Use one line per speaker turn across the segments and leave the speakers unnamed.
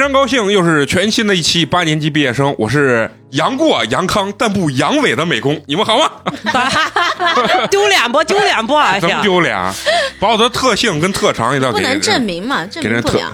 常高兴，又是全新的一期八年级毕业生，我是杨过、杨康但不阳痿的美工，你们好吗？
哎
丢脸不？丢脸不？ 哎
怎么
呀，
丢脸啊？把我的特性跟特长一道
不
给
能
人
证明嘛，证
给
明
人
不
特
了。。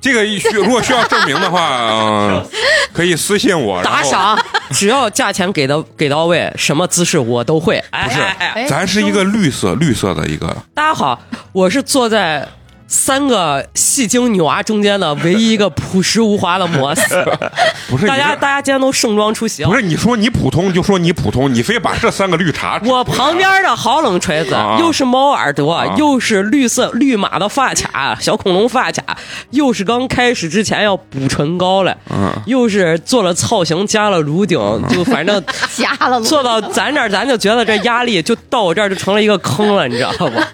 这个需如果需要证明的 话，嗯，可以私信我
打。
然后
赏， 只要价钱给到给到位，什么姿势我都会。哎
不是
哎哎哎
哎
咱是一个绿色绿色的一个，
大家好，我是坐在三个戏精女娃中间的唯一一个朴实无华的摩斯。
不是
大
你
家
这
大家今天都盛装出席啊
不。是你说你普通就说你普通，你非把这三个绿茶
我旁边的好冷锤子
啊，
又是猫耳朵
啊，
又是绿色绿马的发卡，小恐龙发卡，又是刚开始之前要补唇膏嘞
嗯，
又是做了造型加了颅顶，就反 正
加了
做到咱这儿，咱就觉得这压力就到我这儿就成了一个坑了，你知道吗？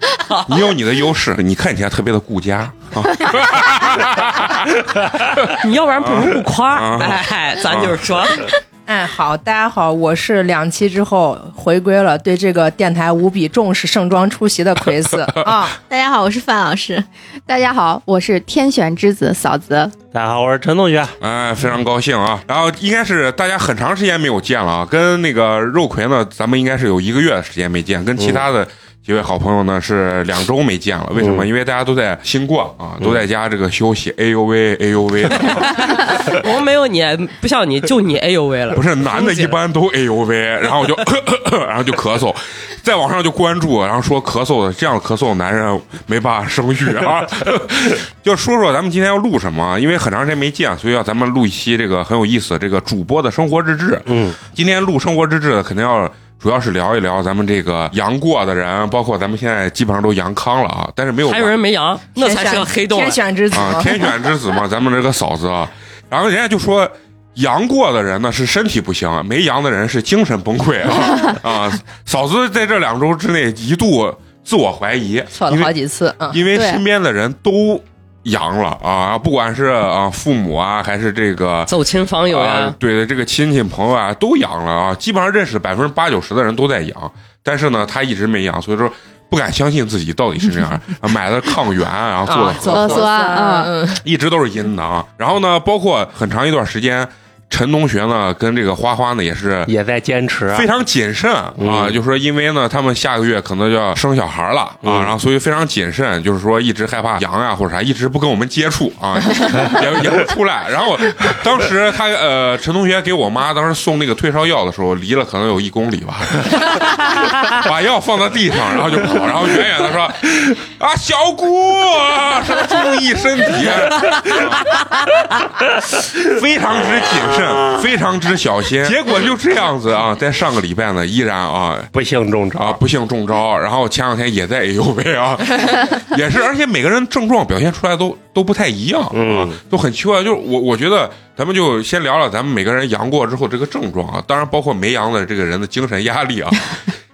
你有你的优势，你看起来特别的顾 家啊。
你要不然不如不夸
啊，
哎，咱就是说，
哎，好，大家好，我是两期之后回归了，对这个电台无比重视，盛装出席的奎 斯啊，
大家好，我是范老师。
大家好，我是天选之子嫂子。
大家好，我是陈同学。
哎，非常高兴啊！然后应该是大家很长时间没有见了啊，跟那个肉葵呢，咱们应该是有一个月的时间没见，跟其他的几位好朋友呢是两周没见了。为什么？因为大家都在新冠啊，都在家这个休息。哎呦喂，哎呦喂的，
我没有你，不像你，就你 A U V 了
不。是男的一般都哎呦 喂，然后我就 咳咳咳，然后就咳嗽，在网上就关注，然后说咳嗽的这样咳嗽的男人没办法生育啊。 就说说咱们今天要录什么，啊因为很长时间没见，所以要咱们录一期这个很有意思的这个主播的生活日志。
嗯，
今天录生活之志，肯定要主要是聊一聊咱们这个杨过的人，包括咱们现在基本上都杨康了啊，但是没有
还有人没阳，那才是个
天选
黑洞啊
天。选之子
啊，天选之子嘛，咱们这个嫂子啊，然后人家就说。杨过的人呢是身体不行，啊没杨的人是精神崩溃 啊啊！嫂子在这两周之内一度自我怀疑，
错了
因为
好几次，嗯，
因为
对
身边的人都阳了啊，不管是啊父母啊，还是这个
走亲访友
啊
呀，
对的，这个亲戚朋友啊都阳了啊，基本上认识百分之八九十的人都在阳，但是呢，他一直没阳，所以说不敢相信自己到底是这样，啊买了抗原啊，然后做了
啊，
核
走
核酸
啊，嗯，
一直都是阴的啊。然后呢，包括很长一段时间，陈同学呢跟这个花花呢也是
也在坚持啊
非常谨慎啊，
嗯
就说因为呢，他们下个月可能就要生小孩了啊，
嗯
然后所以非常谨慎，就是说一直害怕羊啊或者啥，一直不跟我们接触啊，也也不出来。然后当时他呃，陈同学给我妈当时送那个退烧药的时候，离了可能有一公里吧，把药放到地上，然后就跑，然后远远的说啊，小姑啊，什么注意身体。啊 非常之谨慎，非常之小心，啊结果就这样子啊，在上个礼拜呢，依然啊。
不幸中招。
啊，不幸中招，然后前两天也在 AUV 啊，也是，而且每个人症状表现出来都都不太一样，啊
嗯，
都很奇怪。就是我我觉得咱们就先聊聊咱们每个人阳过之后这个症状啊，当然包括没阳的这个人的精神压 力啊。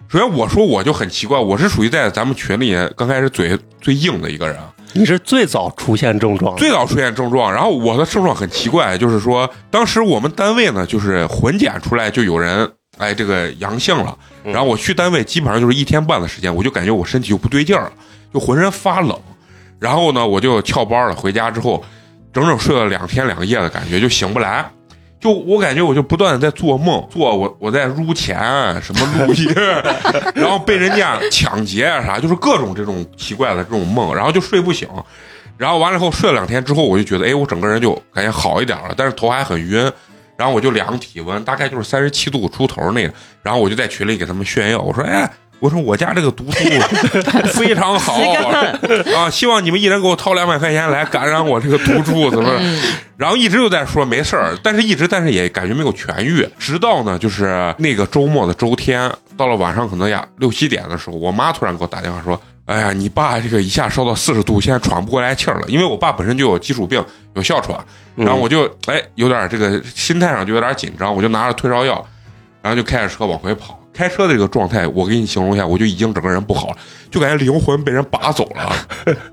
首先我说我就很奇怪，我是属于在咱们群里刚开始嘴最硬的一个人，啊
你是最早出现症状的，
最早出现症状，然后我的症状很奇怪，就是说当时我们单位呢，就是混检出来就有人哎这个阳性了，然后我去单位基本上就是一天半的时间，我就感觉我身体就不对劲儿了，就浑身发冷，然后呢我就翘班了，回家之后整整睡了两天两夜的感觉，就醒不来。就我感觉我就不断的在做梦，做我我在撸钱啊什么撸音， 然后被人家抢劫啊啥，就是各种这种奇怪的这种梦，然后就睡不醒。然后完了以后睡了两天之后，我就觉得哎，我整个人就感觉好一点了，但是头还很晕。然后我就量体温，大概就是三十七度出头那个。然后我就在群里给他们炫耀，我说哎。我说我家这个毒素 非常好啊，希望你们一人给我掏两百块钱来感染我这个毒株，怎么？然后一直就在说没事儿，但是一直但是也感觉没有痊愈，直到呢就是那个周末的周天，到了晚上可能呀六七点的时候，我妈突然给我打电话说，哎呀，你爸这个一下烧到四十度，现在喘不过来气儿了。因为我爸本身就有基础病，有哮喘，
嗯
然后我就哎有点这个心态上就有点紧张，我就拿着退烧药，然后就开着车往回跑。开车的这个状态，我给你形容一下，我就已经整个人不好了，就感觉灵魂被人拔走 了，啊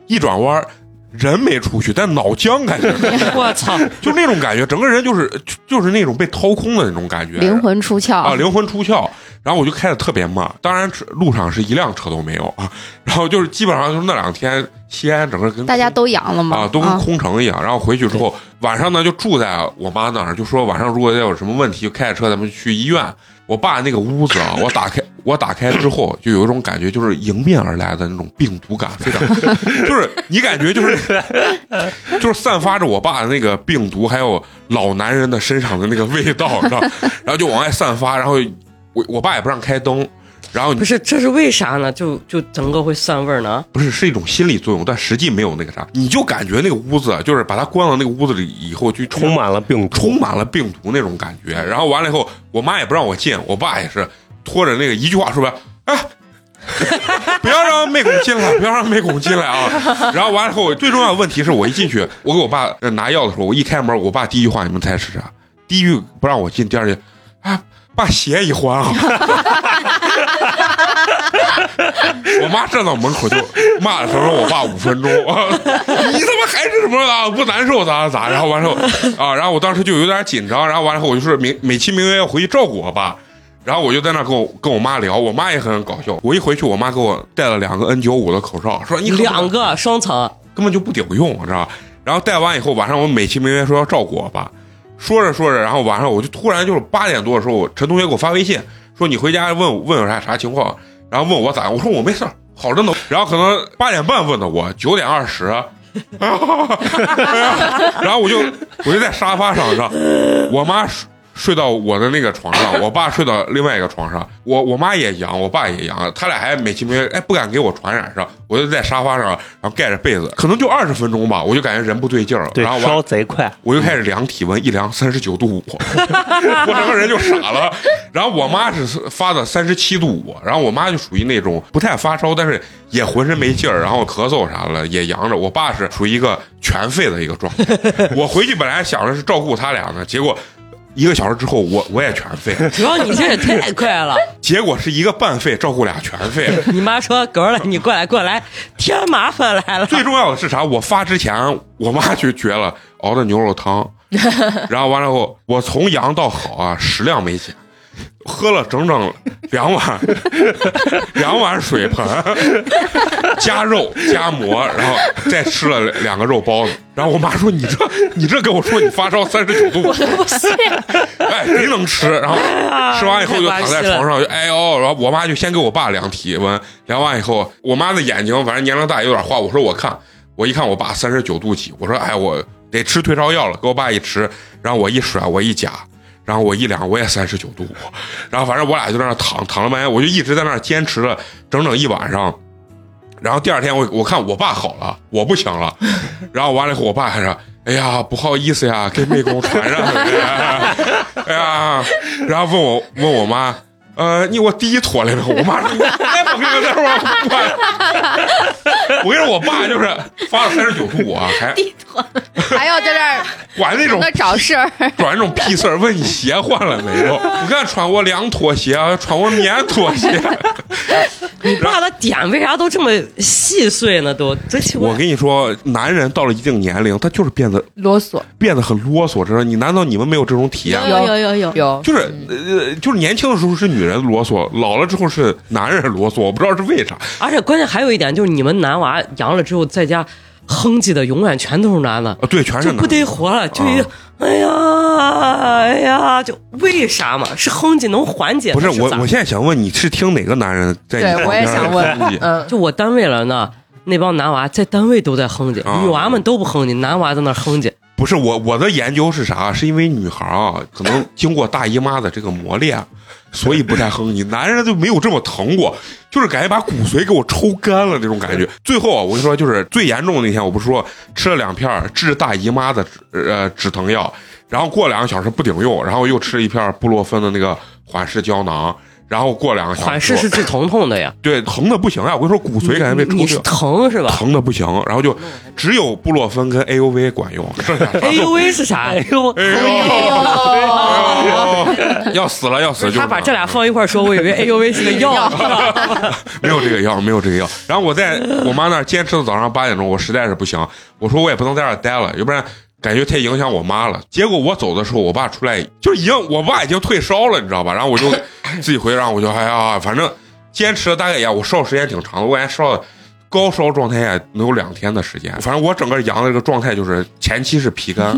一转弯儿人没出去，但脑浆感 觉
我操！
就那种感觉，整个人就是就就是那种被掏空的那种感觉，
灵魂出窍，
啊啊，灵魂出窍。然后我就开的特别慢，当然车路上是一辆车都没有啊。然后就是基本上就是那两天西安整个跟
大家都阳了嘛嗯
啊，都跟空城一样。然后回去之后，晚上呢就住在我妈那儿，就说晚上如果要有什么问题，就开着车咱们去医院。我爸那个屋子啊，我打开，我打开之后，就有一种感觉，就是迎面而来的那种病毒感，非常，就是你感觉就是就是散发着我爸的那个病毒，还有老男人的身上的那个味道，然后然后就往外散发，然后我我爸也不让开灯，然后你
不是，这是为啥呢？就就整个会散味儿呢？
不是，是一种心理作用，但实际没有那个啥，你就感觉那个屋子，就是把它关到那个屋子里以后，就
充满了病毒，
充满了病毒那种感觉。然后完了以后，我妈也不让我进，我爸也是拖着那个一句话说白，哎， 不要让妹拱进来，不要让妹拱进来啊！ 然后完了以后，最重要的问题是我一进去，我给我爸呃拿药的时候，我一开门，我爸第一句话你们猜是啥？第一句不让我进，第二句，哎，把鞋一换啊！ 我妈站到门口就骂了他说我爸五分钟， 啊你他妈还是什么啊不难受咋咋？然后完了后啊，然后我当时就有点紧张，然后完了后我就是美美其名曰要回去照顾我爸。然后我就在那跟我跟我妈聊，我妈也很搞笑。我一回去，我妈给我带了两个 N 九五的口罩，说你可不
两个双层，
根本就不顶用，知道吧？然后戴完以后，晚上我美其名曰说要照顾我爸，说着说着，然后晚上我就突然就是八点多的时候，我陈同学给我发微信说你回家问问有啥啥情况，然后问我咋，我说我没事儿，好着呢。 然后可能八点半问的我，九点二十。 然后我就我就在沙发上，知道，我妈睡睡到我的那个床上，我爸睡到另外一个床上，我我妈也阳，我爸也阳，他俩还美其名曰哎不敢给我传染上，我就在沙发上，然后盖着被子，可能就二十分钟吧，我就感觉人不对劲儿了，
对
然后，完
烧贼快，
我就开始量体温，一量三十九度五， 我整个人就傻了。然后我妈是发的三十七度五，然后我妈就属于那种不太发烧，但是也浑身没劲儿，然后咳嗽啥的也阳着。我爸是属于一个全废的一个状态。我回去本来想着是照顾他俩呢，结果一个小时之后我我也全废，
主要你这也太快 了。
结果是一个半废照顾俩全废。
你妈说：“狗儿了，你过来过来，添麻烦来了。
最重要的是啥？我发之前，我妈就觉了熬的牛肉汤，然后完了后，我从阳到好啊，食量没减，喝了整整两碗 两碗水盆，加肉 加馍，然后再吃了两个肉包子。然后我妈说：“你这 你这跟我说你发烧三十九度，我不信。” 哎，谁能吃？然后吃完以后就躺在床上就 哎呦，然后我妈就先给我爸量体温，量完以后，我妈的眼睛反正年龄大有点花，我说我看，我一看我爸三十九度几，我说哎我得吃退烧药了，给我爸一吃，然后我一甩我一夹。然后我一量我也三十九度五，然后反正我俩就在那儿躺躺了半天，我就一直在那儿坚持了整整一晚上。然后第二天我我看我爸好了，我不行了，然后完了以后我爸还是哎呀不好意思呀，给妹工传染了，哎呀，然后问我问我妈。呃，你我第一坨来了，我妈说，哎，我跟你说，我我跟你说，我爸就是发了三十九度五啊，还
地坨
还 要在这儿
管那种
那找 事儿，
管这种屁事儿，问你鞋换了没有？你看穿过凉拖鞋，啊，穿过棉拖鞋。
你爸的点为啥都这么细碎呢？都真奇怪
我。跟你说，男人到了一定年龄，他就是变得
啰嗦
变得很啰嗦，知道？你难道你们没有这种体验吗？
有有有有，
有嗯
就是呃，就是年轻的时候是女人啰嗦，老了之后是男人啰嗦，我不知道是为啥。
而且关键还有一点就是，你们男娃阳了之后在家哼唧的，永远全都是男的，
啊，对，全是
就
男
不
的。
得活了，就
啊
一、哎呀哎呀，就为啥嘛？是哼唧能缓解？
不是
还是
我
咋，
我现在想问你是听哪个男人在你
嗯对
旁
我也
边
想问
哼唧
嗯，
就我单位了呢。那帮男娃在单位都在哼唧，
啊
女娃们都不哼唧，男娃在那哼唧。
不是我我的研究是啥？是因为女孩啊，可能经过大姨妈的这个磨练，所以不太哼唧。男人就没有这么疼过，就是感觉把骨髓给我抽干了那种感觉。最后啊，我跟你说，就是最严重的那天，我不是说吃了两片儿治大姨妈的止呃止疼药，然后过两个小时不顶用，然后又吃了一片儿布洛芬的那个缓释胶囊，然后过两个小时
款式是治疼痛的呀，
对疼的不行啊！我跟你说，骨髓感觉被抽
你是
掉。
疼是吧？
疼的不行，然后就只有布洛芬跟 AUV 管 用，剩下啥都
AUV 是啥？
哎呦，
哎呦，要死了要死了！就是
他把这俩放一块儿说，我以为 AUV 是个药。
没有这个药，没有这个药。然后我在我妈那儿坚持到早上八点钟，我实在是不行，我说我也不能在这儿待了，要不然感觉太影响我妈了。结果我走的时候，我爸出来就已经我爸已经退烧了，你知道吧？然后我就自己回去，然后我就哎呀，反正坚持了大概也我烧时间挺长的，我感觉烧了高烧状态也能有两天的时间。反正我整个阳的这个状态就是前期是皮干，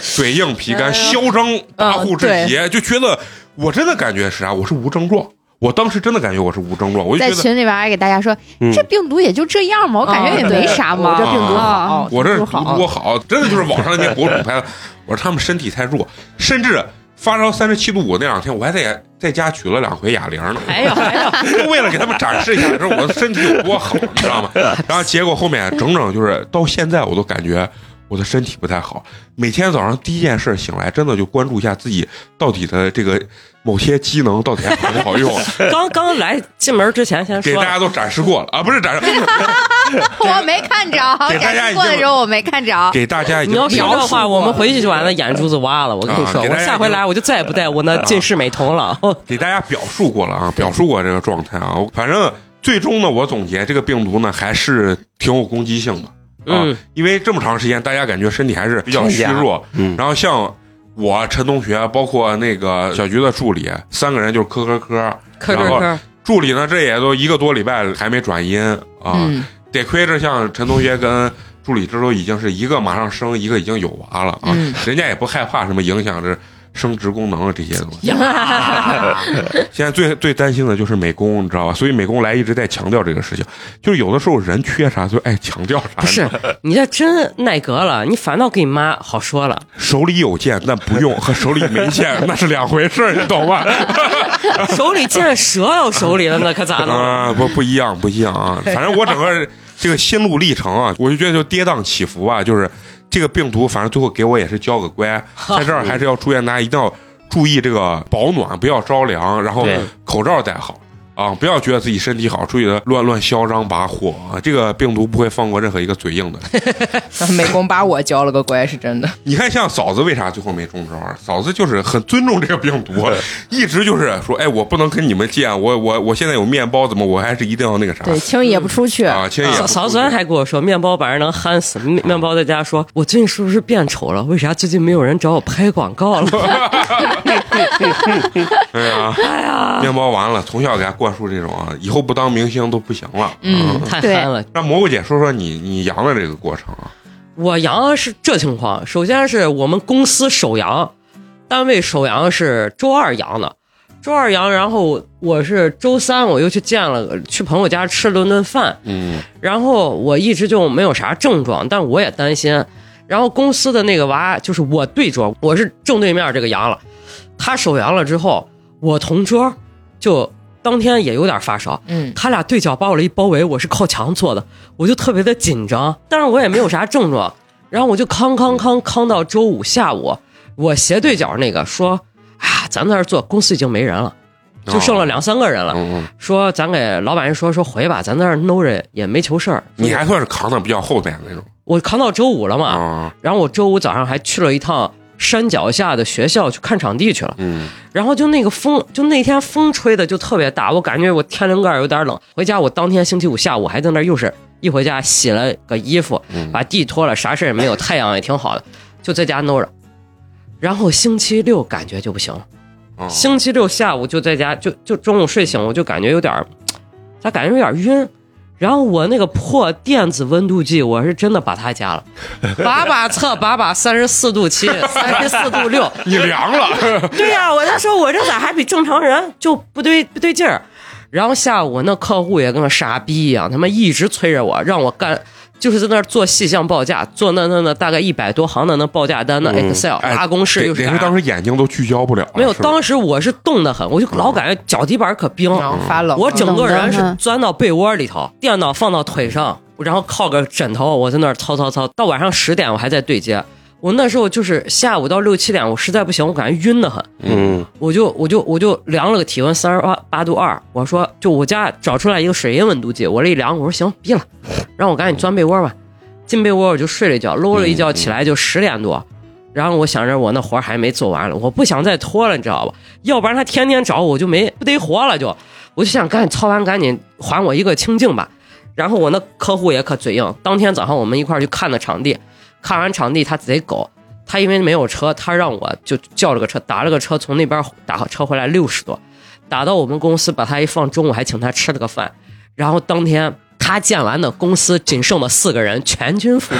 嘴硬皮干，嚣张跋扈至极，就觉得我真的感觉是啥、我是无症状。我当时真的感觉我是无症状，我就
在
觉得
群里边还给大家说
嗯，
这病毒也就这样嘛，我感觉也没啥嘛。
我这病毒
啊，
哦
好，
我这是
毒
毒多
好，
好，真的就是网上那些博主 拍的。我说他们身体太弱，甚至发烧三十七度五那两天，我还在在家取了两回哑铃呢，
哎呦 哎呦，
就为了给他们展示一下，这我的身体有多好，你知道吗？然后结果后面整整就是到现在，我都感觉我的身体不太好。每天早上第一件事醒来，真的就关注一下自己到底的这个某些机能到底还好不好 用，
刚刚来进门之前先
给
说
大
了
家都展示过了啊，不是展示，
我没看着，
给大家
感
已
觉过
经
的时候我没看着。
给大家已
你
经
要说这话，
描述啊
我们回去就把那眼珠子挖了。我跟你说，
啊给大
我
家
下回来我就再也不带我那近视美 瞳了。
给大家表述过了啊，表述过这个状态啊。我反正最终呢，我总结这个病毒呢还是挺有攻击性的啊，
嗯
因为这么长时间大家感觉身体还是比较虚弱。
嗯，
然后像我陈同学，包括那个小菊的助理，三个人就是磕磕磕。
科
然后
科科，
助理呢，这也都一个多礼拜还没转阴啊，
嗯，
得亏这像陈同学跟。助理这都已经是一个马上生，一个已经有娃了啊，
嗯
人家也不害怕什么影响这生殖功能啊这些东西。
呀，
现在最最担心的就是美工，你知道吧？所以美工来一直在强调这个事情，就是有的时候人缺啥就爱强调啥。
不是你这真耐格了，你反倒跟你妈好说了。
手里有剑但不用，和手里没剑那是两回事儿，你懂吗？
手里见蛇要手里了，那可咋弄？
啊，不不一样，不一样啊！反正我整个这个心路历程啊，我就觉得就跌宕起伏啊，就是这个病毒，反正最后给我也是交个乖。在这儿还是要祝愿大家一定要注意这个保暖，不要着凉，然后
对
口罩戴好。啊，不要觉得自己身体好，注意的乱乱嚣张跋扈啊！这个病毒不会放过任何一个嘴硬的。
美工把我教了个乖，是真的。
你看，像嫂子为啥最后没中招啊？嫂子就是很尊重这个病毒，啊一直就是说，哎，我不能跟你们见，我我我现在有面包，怎么我还是一定要那个啥
嗯对，轻易也不出去。
啊？亲也
嫂
不
嫂子昨天还跟我说，面包把人能憨死。面面包在家说，我最近是不是变丑了？为啥最近没有人找我拍广告了？
哎呀，面包完了，从小给他灌输这种啊，以后不当明星都不行了。嗯，
太
对
憨了，
让蘑菇姐说说你你阳的这个过程啊。
我阳是这情况，首先是我们公司首阳，单位首阳是周二阳的，周二阳，然后我是周三我又去见了，去朋友家吃了顿饭，
嗯
然后我一直就没有啥症状，但我也担心。然后公司的那个娃就是我对桌，我是正对面这个阳了，他首阳了之后，我同桌就当天也有点发烧，
嗯，
他俩对角把我一包围，我是靠墙坐的，我就特别的紧张，但是我也没有啥症状，然后我就康康康康到周五下午，我斜对角那个说，啊，咱们在这儿坐，公司已经没人了，就剩了两三个人了，
嗯嗯，
说咱给老板人说说回吧，咱在这儿搂着也没求事儿，
你还算是扛的比较后面那种
我扛到周五了嘛，
啊。
然后我周五早上还去了一趟山脚下的学校去看场地去了。
嗯，
然后就那个风，就那天风吹的就特别大，我感觉我天灵盖儿有点冷。回家我当天星期五下午还在那儿，又是一回家洗了个衣服，
嗯
把地拖了，啥事儿也没有，太阳也挺好的，就在家弄着。然后星期六感觉就不行了，
啊
星期六下午就在家，就就中午睡醒我就感觉有点儿，咋感觉有点晕。然后我那个破电子温度计，我是真的把它加 了，把把测，把把三十四度七，三十四度六，
你凉了，
对呀、我在说，我这咋还比正常人就不对不对劲儿？然后下午那客户也跟个傻逼一样，他们一直催着我，让我干，就是在那儿做细项报价，做那那那大概一百多行的那报价单，那 Excel
哎
拉公式又是
也
啥
是当时眼睛都聚焦不了了。
没有，
啊是吧嗯
当时我是冻得很，我就老感觉脚底板可冰，
嗯然后发嗯冷，
我整个人
冷得
是
很
钻到被窝里头，电脑放到腿上，然后靠个枕头，我在那儿操操操，到晚上十点我还在对接。我那时候就是下午到六七点，我实在不行，我感觉晕得很，
嗯，
我就我就我就量了个体温三十八八度二，我说就我家找出来一个水银温度计，我这一量，我说行，毙了，让我赶紧钻被窝吧。进被窝我就睡了一觉，搂了一觉起来就十点多，然后我想着我那活儿还没做完了，我不想再拖了，你知道吧？要不然他天天找我，我就没不得活了就。我就想赶紧操完，赶紧还我一个清静吧。然后我那客户也可嘴硬，当天早上我们一块儿去看的场地，看完场地他贼狗，他因为没有车，他让我就叫了个车，打了个车从那边打车回来六十多，打到我们公司把他一放，中午还请他吃了个饭，然后当天。他见完的公司仅剩的四个人全军覆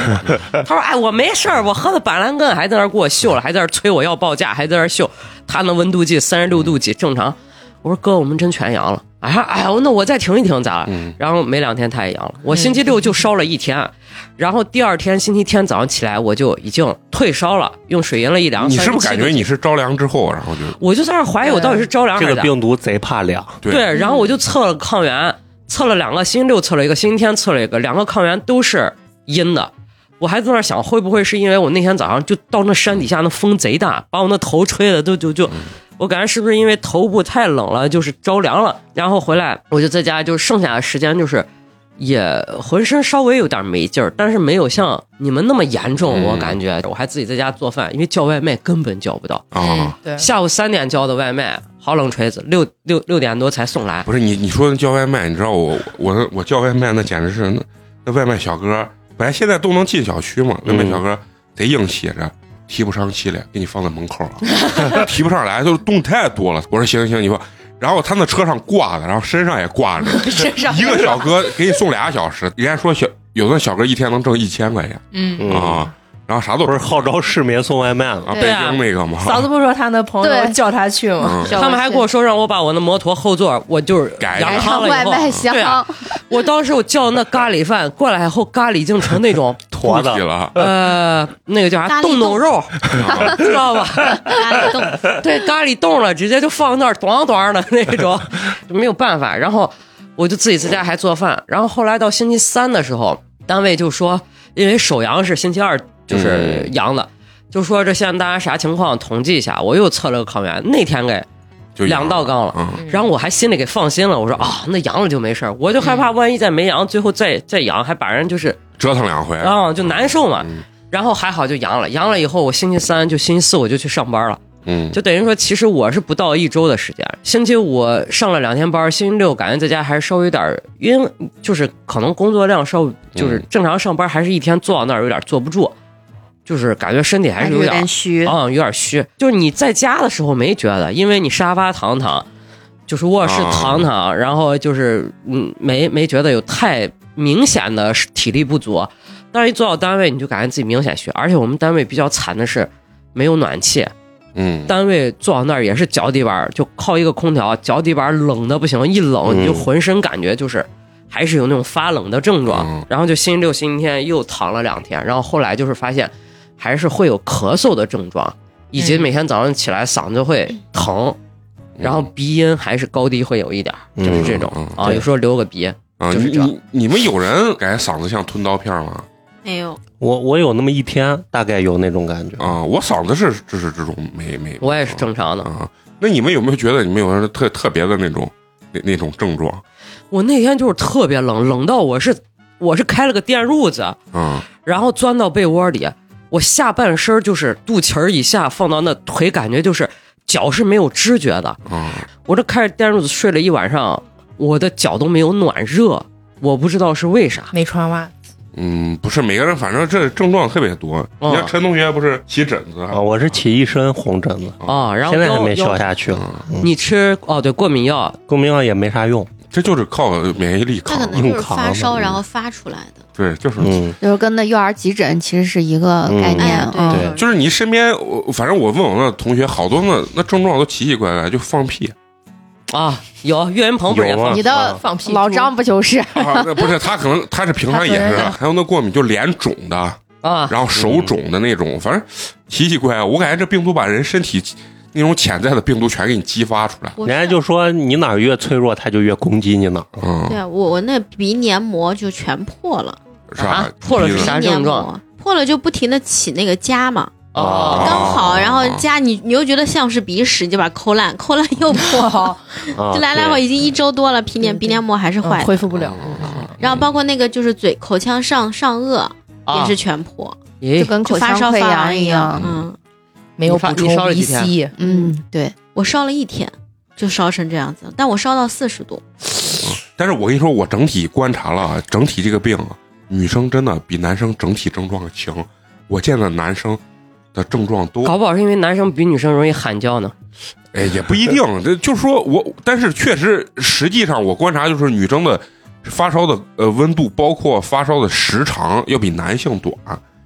没。他说：“哎，我没事儿，我喝的板蓝根，还在那儿给我秀了，还在那儿催我要报价，还在那儿秀。他那温度计三十六度几正常。”我说：“哥，我们真全阳了。”哎呀，哎呦，那我再停一停咋了？
嗯
然后没两天他也阳了。我星期六就烧了一天，然后第二天星期天早上起来我就已经退烧了，用水银了一凉。
你是不是
37
感觉啊
度几
你？是着凉之后，然后就
我就在那儿怀疑我到底是着凉还
这
是
个
咋
病毒贼怕凉，
对
对，然后我就测了抗原，测了两个，星期六测了一个，星期天测了一个，两个抗原都是阴的。我还在那儿想，会不会是因为我那天早上就到那山底下，那风贼大，把我那头吹的都就
嗯
就，我感觉是不是因为头部太冷了，就是着凉了。然后回来我就在家，就剩下的时间就是也浑身稍微有点没劲儿，但是没有像你们那么严重。我
嗯
感觉我还自己在家做饭，因为叫外卖根本叫不到。
啊，
对，
下午三点叫的外卖，好冷锤子，六六六点多才送来。
不是你你说那叫外卖，你知道我我我叫外卖那简直是那那外卖小哥，本来现在都能进小区嘛，外卖小哥贼硬气着。提不上气来，给你放在门口了， 提不上来，就是动太多了。我说行行，你说，然后他那车上挂的，然后身上也挂着，
身上
一个小哥给你送俩小时，人家说小有的小哥一天能挣一千块钱
嗯，
嗯，
啊，然后啥都
不是号召市民送外卖
啊，
了，
北
对啊
京那个嘛，
嫂子不是说她那朋友
对
叫她去吗？
嗯，
他们还跟我说让我把我那摩托后座，我就是
改
养
了
康了
外
以
卖
后，
箱
对 啊，我当时我叫那咖喱饭过来以后，咖喱已经成那 种
坨
不提
的，
了，
呃那个叫
咖
啥
喱
冻冻
冻
肉，知道 吧？
咖喱冻，
对，咖喱冻了，直接就放那儿，咣咣的那 种，就没有办法。然后我就自己在家还做饭。然后后来到星期三的时候，单位就说，因为首阳是星期二
嗯
就是阳的，就说这现在大家啥情况，统计一下。我又测了个抗原，那天给
就
两道杠了。
嗯，
然后我还心里给放心了，我说啊、那阳了就没事儿，我就害怕万一再没阳，最后再再阳，还把人就是
折腾两回，
啊、就难受嘛
哎嗯。
然后还好就阳了，阳了以后我星期三就星期四我就去上班了。
嗯，
就等于说，其实我是不到一周的时间。星期五上了两天班，星期六感觉在家还是稍微有点儿，因为就是可能工作量稍微
嗯
就是正常上班，还是一天坐到那儿有点坐不住，就是感觉身体还
还
是
是
有
有
点儿
点虚。
啊、有点虚。就是你在家的时候没觉得，因为你沙发躺躺，就是卧室躺躺，然后就是嗯，没没觉得有太明显的体力不足。但是一坐到单位，你就感觉自己明显虚，而且我们单位比较惨的是没有暖气。
嗯，
单位坐到那儿也是脚底板儿，就靠一个空调，脚底板儿冷的不行，一冷
嗯
你就浑身感觉就是还是有那种发冷的症状。
嗯
然后就星期六、星期天又躺了两天，然后后来就是发现还是会有咳嗽的症状，以及每天早上起来嗓子会疼，然后鼻音还是高低会有一点儿，就是这种、
嗯
啊，有时候流个鼻。
啊，
就是
你
这
你你们有人感觉嗓子像吞刀片吗？
没有，
我我有那么一天，大概有那种感觉，
啊，我嗓子是至始至终没没，
我也是正常的，
啊。那你们有没有觉得你们有人特特别的那种那那种症状
我那天就是特别冷，冷到我是我是开了个电褥子，
啊？
然后钻到被窝里，我下半身就是肚脐儿以下放到那腿，感觉就是脚是没有知觉的。
啊，
我这开着电褥子睡了一晚上，我的脚都没有暖热，我不知道是为啥。
没穿袜，
嗯，不是每个人，反正这症状特别多。你看陈同学不是起疹子
啊，我是起一身红疹子，
啊，然后
嗯现在还没
腰
消。下去
嗯
了，
腰你吃哦，对，过敏药，
公民药也没啥用，
这就是靠免疫力
他
抗
可
的。
能就是发
硬扛
烧
的
然后发出来的。
对，就是
嗯，
就是跟那幼儿急诊其实是一个概
嗯
哎
念
呀，，
嗯，
对，
就是你身边，我反正我问我那同学，好多那那症状都奇奇怪怪，就放屁
啊，有岳云鹏不是也
有
放
啊
你的
放屁猪
老张不就是？
啊，那不是他可能他是平常也是，啊还有那过敏就脸肿的，
啊？
然后嗯手肿的那种，反正奇奇怪怪。我感觉这病毒把人身体那种潜在的病毒全给你激发出来，
我
人家
是
就说你哪儿越脆弱，他就越攻击你哪儿。
嗯，
对我我那鼻黏膜就全破了，
是吧
啊？破了
鼻
是
子
啥
鼻黏
症状
膜破了就不停的起那个痂嘛，
啊
啊
刚好，然后加你，你又觉得像是鼻屎，你就把它抠烂，抠烂又破，
啊
就来来回已经一周多了，皮黏鼻黏膜还是
嗯
坏的。
恢复不了。
然后包括那个就是嘴口腔上上�颚也
啊
是！全破，
就
咦，
跟
就
口
发
腔
烧
溃
发
疡
完
一样。
嗯，
没有
你发
补
你烧
充
了
维
几天
C，
嗯，对，
我烧了一天就烧成这样子，但我烧到四十度，
但是我跟你说，我整体观察了啊，整体这个病啊，女生真的比男生整体症状轻。我见的男生的症状都
搞不好是因为男生比女生容易喊叫呢。
哎，也不一定，这就是说我，但是确实，实际上我观察就是女生的发烧的呃温度，包括发烧的时长要比男性短，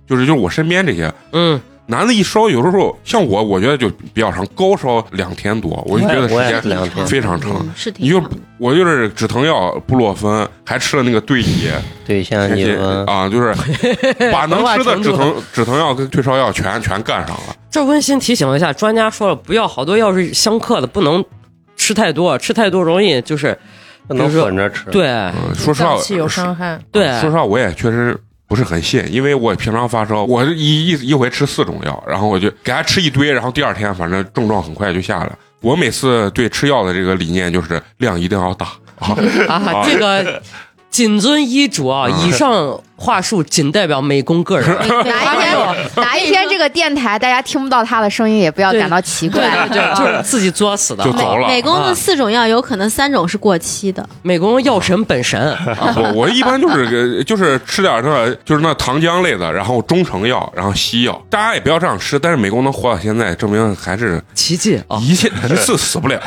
就是就是我身边这些
嗯，
男的一烧，有的时候像我，我觉得就比较长，高烧两天多，我就觉得时
我也
间
是两天
非常长。
嗯是
你就
挺好的
我就是止疼药布洛芬，还吃了那个对乙，
对，现在
这
你
些
们
啊，就是 把能吃的
文化程
止
度
疼止疼药跟退烧药全全干上了。
这温馨提醒一下，专家说了，不要好多药是相克的，不能吃太多，吃太多容易就是
不能
比如说
混着吃。
对
嗯，说实话
脏，器有伤害，
对，
啊说实话，我也确实不是很信，因为我平常发烧，我一一一回吃四种药，然后我就给他吃一堆，然后第二天反正症状很快就下来了。我每次对吃药的这个理念就是量一定要大啊， 嗯
啊，这个谨遵医嘱啊，以上话术仅代表美工个人。
哪一天哪一天这个电台大家听不到他的声音，也不要感到奇
对
怪。
对对，就是自己作死的
就
啊。
走了。嗯
美工
啊
的四种药有可能三种是过期的，
美工药神本神，
啊我我一般就是呃就是吃点那就是那糖浆类的，然后中成药，然后西药。大家也不要这样吃，但是美工能活到现在，证明还是
奇迹啊，
一切一次死不了，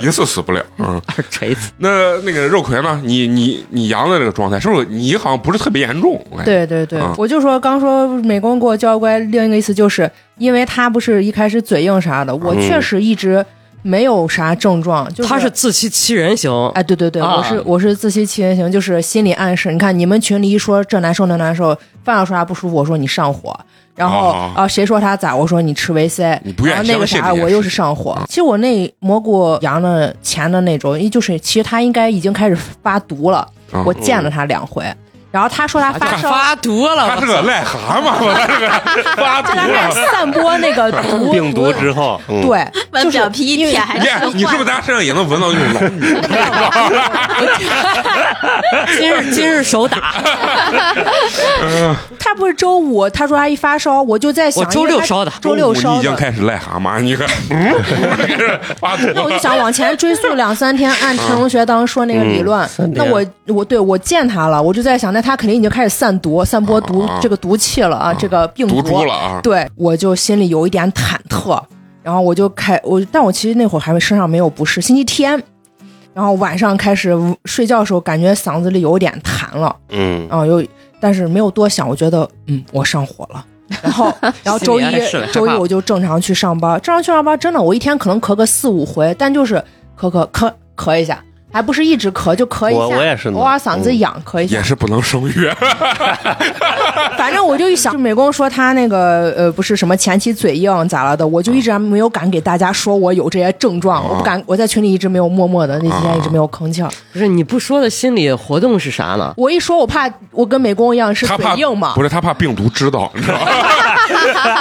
一次死不了。嗯，
二锤子。
那那个肉葵呢？你你你阳的这个状态是不是你好像不是特别严重？我感觉，
对对对
嗯，
我就说刚说美工给我教乖，另一个意思就是因为他不是一开始嘴硬啥的，我
嗯
确实一直没有啥症状，就是
他是自欺欺人型，
哎，对对对，
啊
我是我是自欺欺人型，就是心理暗示。你看你们群里一说这难受那难受，饭上说啥不舒服，我说你上火，然后
哦
啊、谁说他咋，我说你吃维 C，
你不愿
然后那
相
个
信
啥
这件
我又
事
是上火
嗯。
其实我那蘑菇羊的前的那周，一就是其实他应该已经开始发毒了，
嗯
我见了他两回，然后他说他发烧。
发毒了，
他是个癞蛤蟆，我这个 发啊毒
他开
了。
始散播那个毒
病毒之后，嗯，
对，
把表皮一舔还
你看你是不是
坏
在他身上也能闻到那种 老女人的味道？
今 日今日手打，
他不是周五，他说他一发烧，我就在想，
我周
因为
六
他
烧的
周六
中午你
烧
已经
的，
开始癞蛤蟆，你看，嗯，我这个发啊毒
那我就
了。
想往前追溯两三天，按陈同学当时说那个理论，
三
那
天
我我对我见他了，我就在想，那他肯定已经开始散毒、散播毒、
啊啊
这个毒气了啊，这个病
毒
毒
株了啊！
对，我就心里有一点忐忑，然后我就开我，但我其实那会儿还没身上没有不适，星期天，然后晚上开始睡觉的时候，感觉嗓子里有点痰了，
嗯，
然后又但是没有多想，我觉得嗯，我上火了。然 后，然后周一
心理暗示了害怕
周一我就正常去上班，正常去上班，真的我一天可能咳个四五回，但就是咳咳咳咳一下，还不是一直咳，就咳一下，
我我也是呢嗯
偶尔嗓子痒、咳一下
也，是不能生育，
反正我就一想，就美工说他那个呃不是什么前期嘴硬咋了的，我就一直没有敢给大家说我有这些症状，
啊
我不敢，我在群里一直没有默默的，那几
啊
天一直没有吭气儿。
不是你不说的心理活动是啥呢？
我一说，我怕我跟美工一样是
他
嘴
怕
硬嘛
不，是他怕病毒知道，你知道 吗？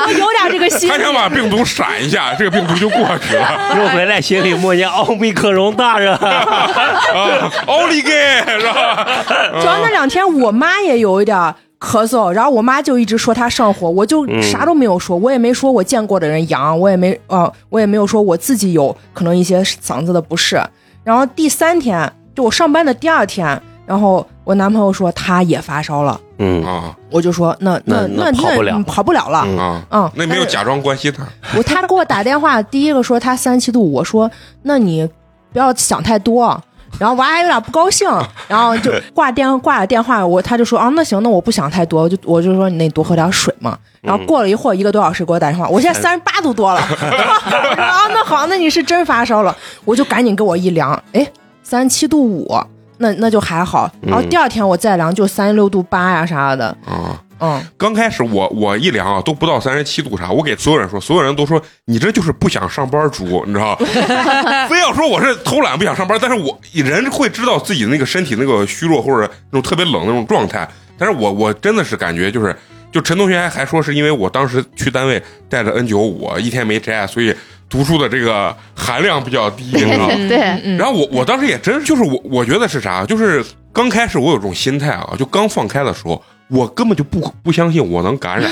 我有点这个心
他
理
想。把病毒闪一下，这个病毒就过去了。
又回来心里默念奥密克戎大人。
啊，奥利给是吧？
嗯
主要那两天我妈也有一点儿咳嗽，然后我妈就一直说她上火，我就
嗯
啥都没有说，我也没说我见过的人阳，我也没啊、我也没有说我自己有可能一些嗓子的不适。然后第三天，就我上班的第二天，然后我男朋友说他也发烧了，
嗯，
啊
我就说那
那
那
那跑不了
嗯跑不了了。
嗯
啊，
嗯，
那没有
但是
假装关心他，
我他给我打电话，第一个说他三七度，我说那你不要想太多。然后我还有点不高兴，然后就挂电挂了电话，我他就说啊那行，那我不想太多，我就我就说你那多喝点水嘛。然后过了一会儿，一个多小时给我打电话，我现在三十八度多了。然后我说啊那好，那你是真发烧了，我就赶紧给我一量，哎三十七度五，那那就还好。然后第二天我再量就三十六度八呀啥的，
啊。
嗯，
刚开始我我一量啊都不到三十七度啥，我给所有人说，所有人都说你这就是不想上班猪，你知道吧？ 非要说我是偷懒不想上班，但是我人会知道自己那个身体那个虚弱或者那种特别冷的那种状态，但是我我真的是感觉就是，就陈同学还还说是因为我当时去单位带着 N 九五啊一天没摘，所以读书的这个含量比较低，你知道吗？
对对，
嗯
然后我我当时也真就是我我觉得是啥，就是刚开始我有这种心态啊，就刚放开的时候，我根本就不不相信我能 感染，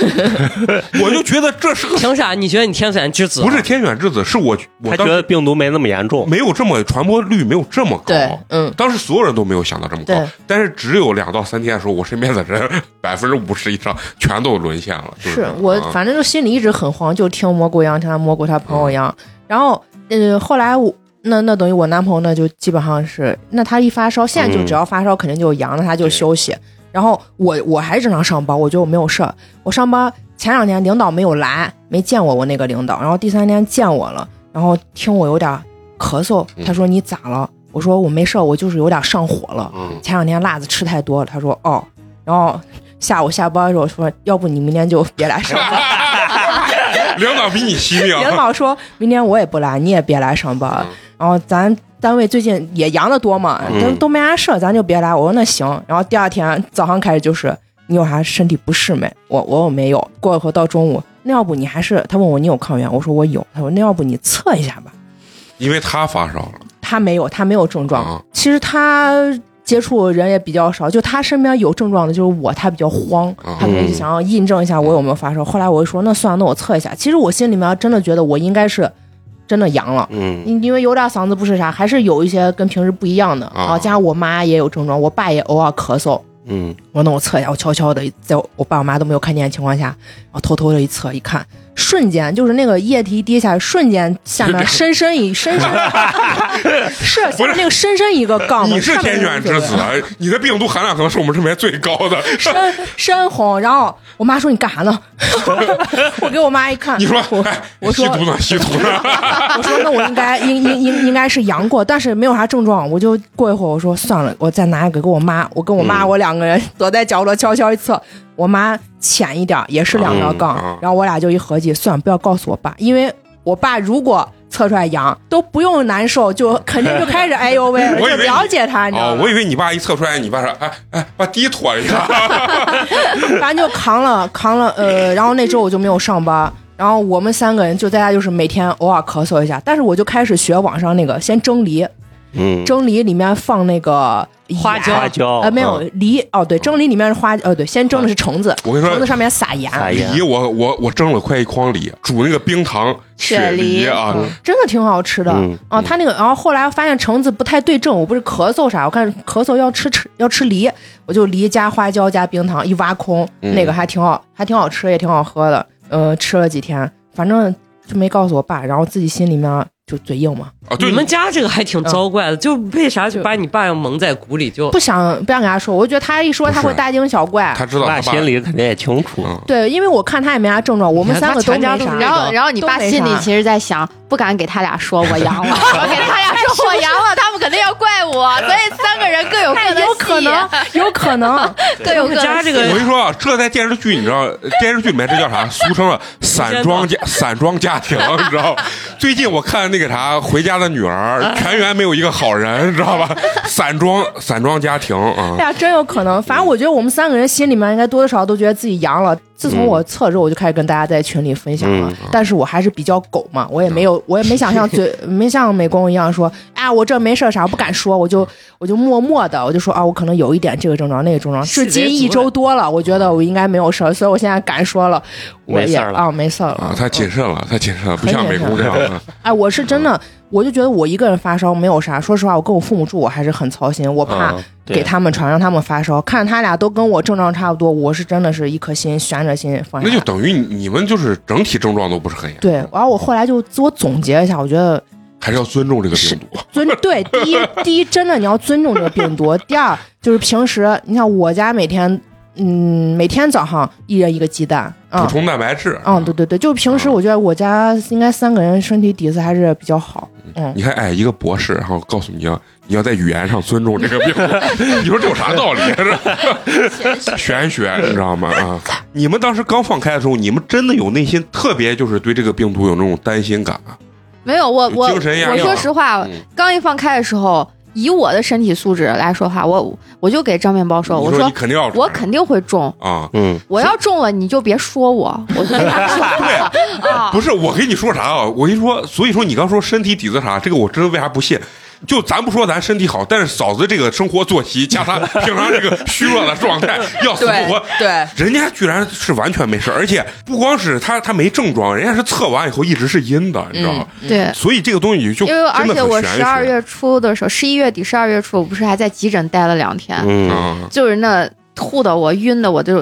我就觉得这是个
凭啥？你觉得你天选之子啊
不是天选之子，是我我
他
当
觉
时
得病毒没那么严重，
没有这么传播率没有这么
对
高，，
嗯，
当时所有人都没有想到这么高
对，
但是只有两到三天的时候，我身边的人 百分之五十以上全都沦陷了。就是
我
啊
反正就心里一直很慌，就听蘑菇一样，像他蘑菇他朋
嗯
友一样。然后，呃，后来我那那等于我男朋友呢，就基本上是，那他一发烧，现在就
嗯
只要发烧肯定就阳，那他就休息。然后我我还是正常上班，我觉得我没有事儿。我上班前两天领导没有来，没见我我那个领导，然后第三天见我了，然后听我有点咳嗽，
嗯
他说你咋了？我说我没事儿，我就是有点上火了。
嗯，
前两天辣子吃太多了，他说哦，然后下午下班的时候说，要不你明天就别来上班。
领导比你惜命啊
领导说明天我也不来，你也别来上班。
嗯
然后咱单位最近也阳的多嘛，
嗯
都都没啥事儿，咱就别来。我说那行。然后第二天早上开始就是你有啥身体不适没？我我我没有。过一会儿到中午，那要不你还是他问我你有抗原，我说我有。他说那要不你测一下吧。
因为他发烧了，
他没有，他没有症状。
啊
其实他接触人也比较少，就他身边有症状的就是我，他比较慌，
嗯
他可能就想要印证一下我有没有发烧。后来我就说，那算了，那我测一下。其实我心里面真的觉得我应该是真的阳了。
嗯，
因因为有点嗓子不是啥，还是有一些跟平时不一样的。
啊
然后加上我妈也有症状，我爸也偶尔咳嗽。
嗯，
我说那我测一下，我悄悄的，在我爸我妈都没有看见的情况下，然后偷偷的一测，一看，瞬间就是那个液体一滴下来，瞬间下面深 深一深深，是下面那个深深一个杠嘛，
你是
上面
天
那个
选之子，啊你的病毒含量可能是我们这边最高的。
深深红。然后我妈说你干啥呢？ 我给我妈一看，
你说，
我
哎，
我
吸
说
毒呢？吸毒呢？
我说那我应该应应应应该是阳过，但是没有啥症状，我就过一会儿我说算了，我再拿一个给我妈，我跟我妈、
嗯
我两个人躲在角落悄悄一测，我妈浅一点儿也是两道杠，
嗯嗯
然后我俩就一合计，算了不要告诉我爸，因为我爸如果测出来阳都不用难受，就肯定就 开始哎呦喂了，
我以为
就
你
了解他， 你知道
哦，
吗
我？以为你爸一测出来，你爸说，哎哎，把地拖啊一下。
反正就扛了扛了，呃，然后那周我就没有上班。然后我们三个人就在家，就是每天偶尔咳嗽一下，但是我就开始学网上那个先蒸梨，
嗯，
蒸梨里面放那个
花椒
盐
花椒
呃，没有梨哦，对，蒸梨里面是花，呃，对，先蒸的是橙子，
我跟你
橙子
说，
上面撒盐，
撒哎呀
梨我我我蒸了快一筐梨，煮那个冰糖雪
雪梨
梨啊，
真的挺好吃的
嗯
啊。他那个，然后后来发现橙子不太对症，我不是咳嗽啥，我看咳嗽要吃吃要吃梨，我就梨加花椒加冰糖一挖空，
嗯
那个还挺好，还挺好吃，也挺好喝的。呃，吃了几天，反正就没告诉我爸，然后自己心里面就嘴硬嘛，
啊，对，
你们家这个还挺糟怪的，就为啥就把你爸要蒙在鼓里就？
不想不想跟他说，我觉得他一说
不是
他会大惊小怪。
他知道
那
他爸
心里肯定也清楚，
嗯
对，因为我看他也没啥症状，我们
你看
三
他
个都
全
没
家都
啥
是。
然
那
后，
个
然后你爸
都没
心里
啥
其实在想，不敢给他俩说我阳了，我给他俩说我阳了，他们肯定要怪我，所以三个人各有各的
哎有可
戏
能，有 可能，
各有各的
家这个
戏
我跟你说啊，这在电视剧，你知道，电视剧里面这叫啥？俗称了“散装家”“散装家庭”，你知道吗？ 最近我看那个啥《回家的女儿》，全员没有一个好人，你知道吧？散装散装家庭啊
哎，呀，真有可能。反正我觉得我们三个人心里面应该多多少少都觉得自己阳了。自从我测之后，我就开始跟大家在群里分享了。
嗯
但是我还是比较狗嘛，我也没有，我也没想像 嘴，没像美工一样说，啊，我这没事儿啥，我不敢说，我就我就默默的，我就说啊，我可能有一点这个症状，那个症状。
细
至
微
今
足
一周
了
多了，我觉得我应该没有事儿，所以我现在敢说了，我
没
也
事儿了
啊，没事儿了
啊，。他谨慎了，他谨慎了，不像美工这样啊。
哎，我是真的，我就觉得我一个人发烧没有啥。说实话，我跟我父母住，我还是很操心，我怕
嗯对
给他们传，让他们发烧。看他俩都跟我症状差不多，我是真的是一颗心悬着心放下
那
来。
就等于你你们就是整体症状都不是很严重，
对，然后我后来就自我总结一下，我觉得
还是要尊重这个病毒。
尊对第一第一真的你要尊重这个病毒，第二就是平时你像我家每天嗯每天早上一人一个鸡蛋
补
啊。
充蛋白质。
嗯，对对对，就平时我觉得我家应该三个人身体底子还是比较好，嗯，
你看，哎，一个博士，然后告诉你要你要在语言上尊重这个病毒， 你说这有啥道理？啊 玄学，你知道吗？啊，你们当时刚放开的时候，你们真的有内心特别就是对这个病毒有那种担心感啊？
没有，我我
精神压
我
力
说
了
实话
嗯，
刚一放开的时候，以我的身体素质来说话，我我就给张面包说，
你
我
说
说
你肯定要传，
我肯定会中，
啊，
嗯，
我要中了你就别说我，我就 啊
不是我跟你说啥啊？我跟你说，所以说你刚说身体底子啥，这个我真为啥不信？就咱不说咱身体好，但是嫂子这个生活作息加她 平常这个虚弱的状 态，要死不
对
活。
对，
人家居然是完全没事，而且不光是她，她没症状，人家是测完以后一直是阴的，你知道吗？
对，
所以这个东西就
嗯因为
真
而
的
且
很
我
玄
十二
学
月初的时候，十一月底、十二月初，我不是还在急诊待了两天，
嗯，
嗯
就是那吐的我晕的我就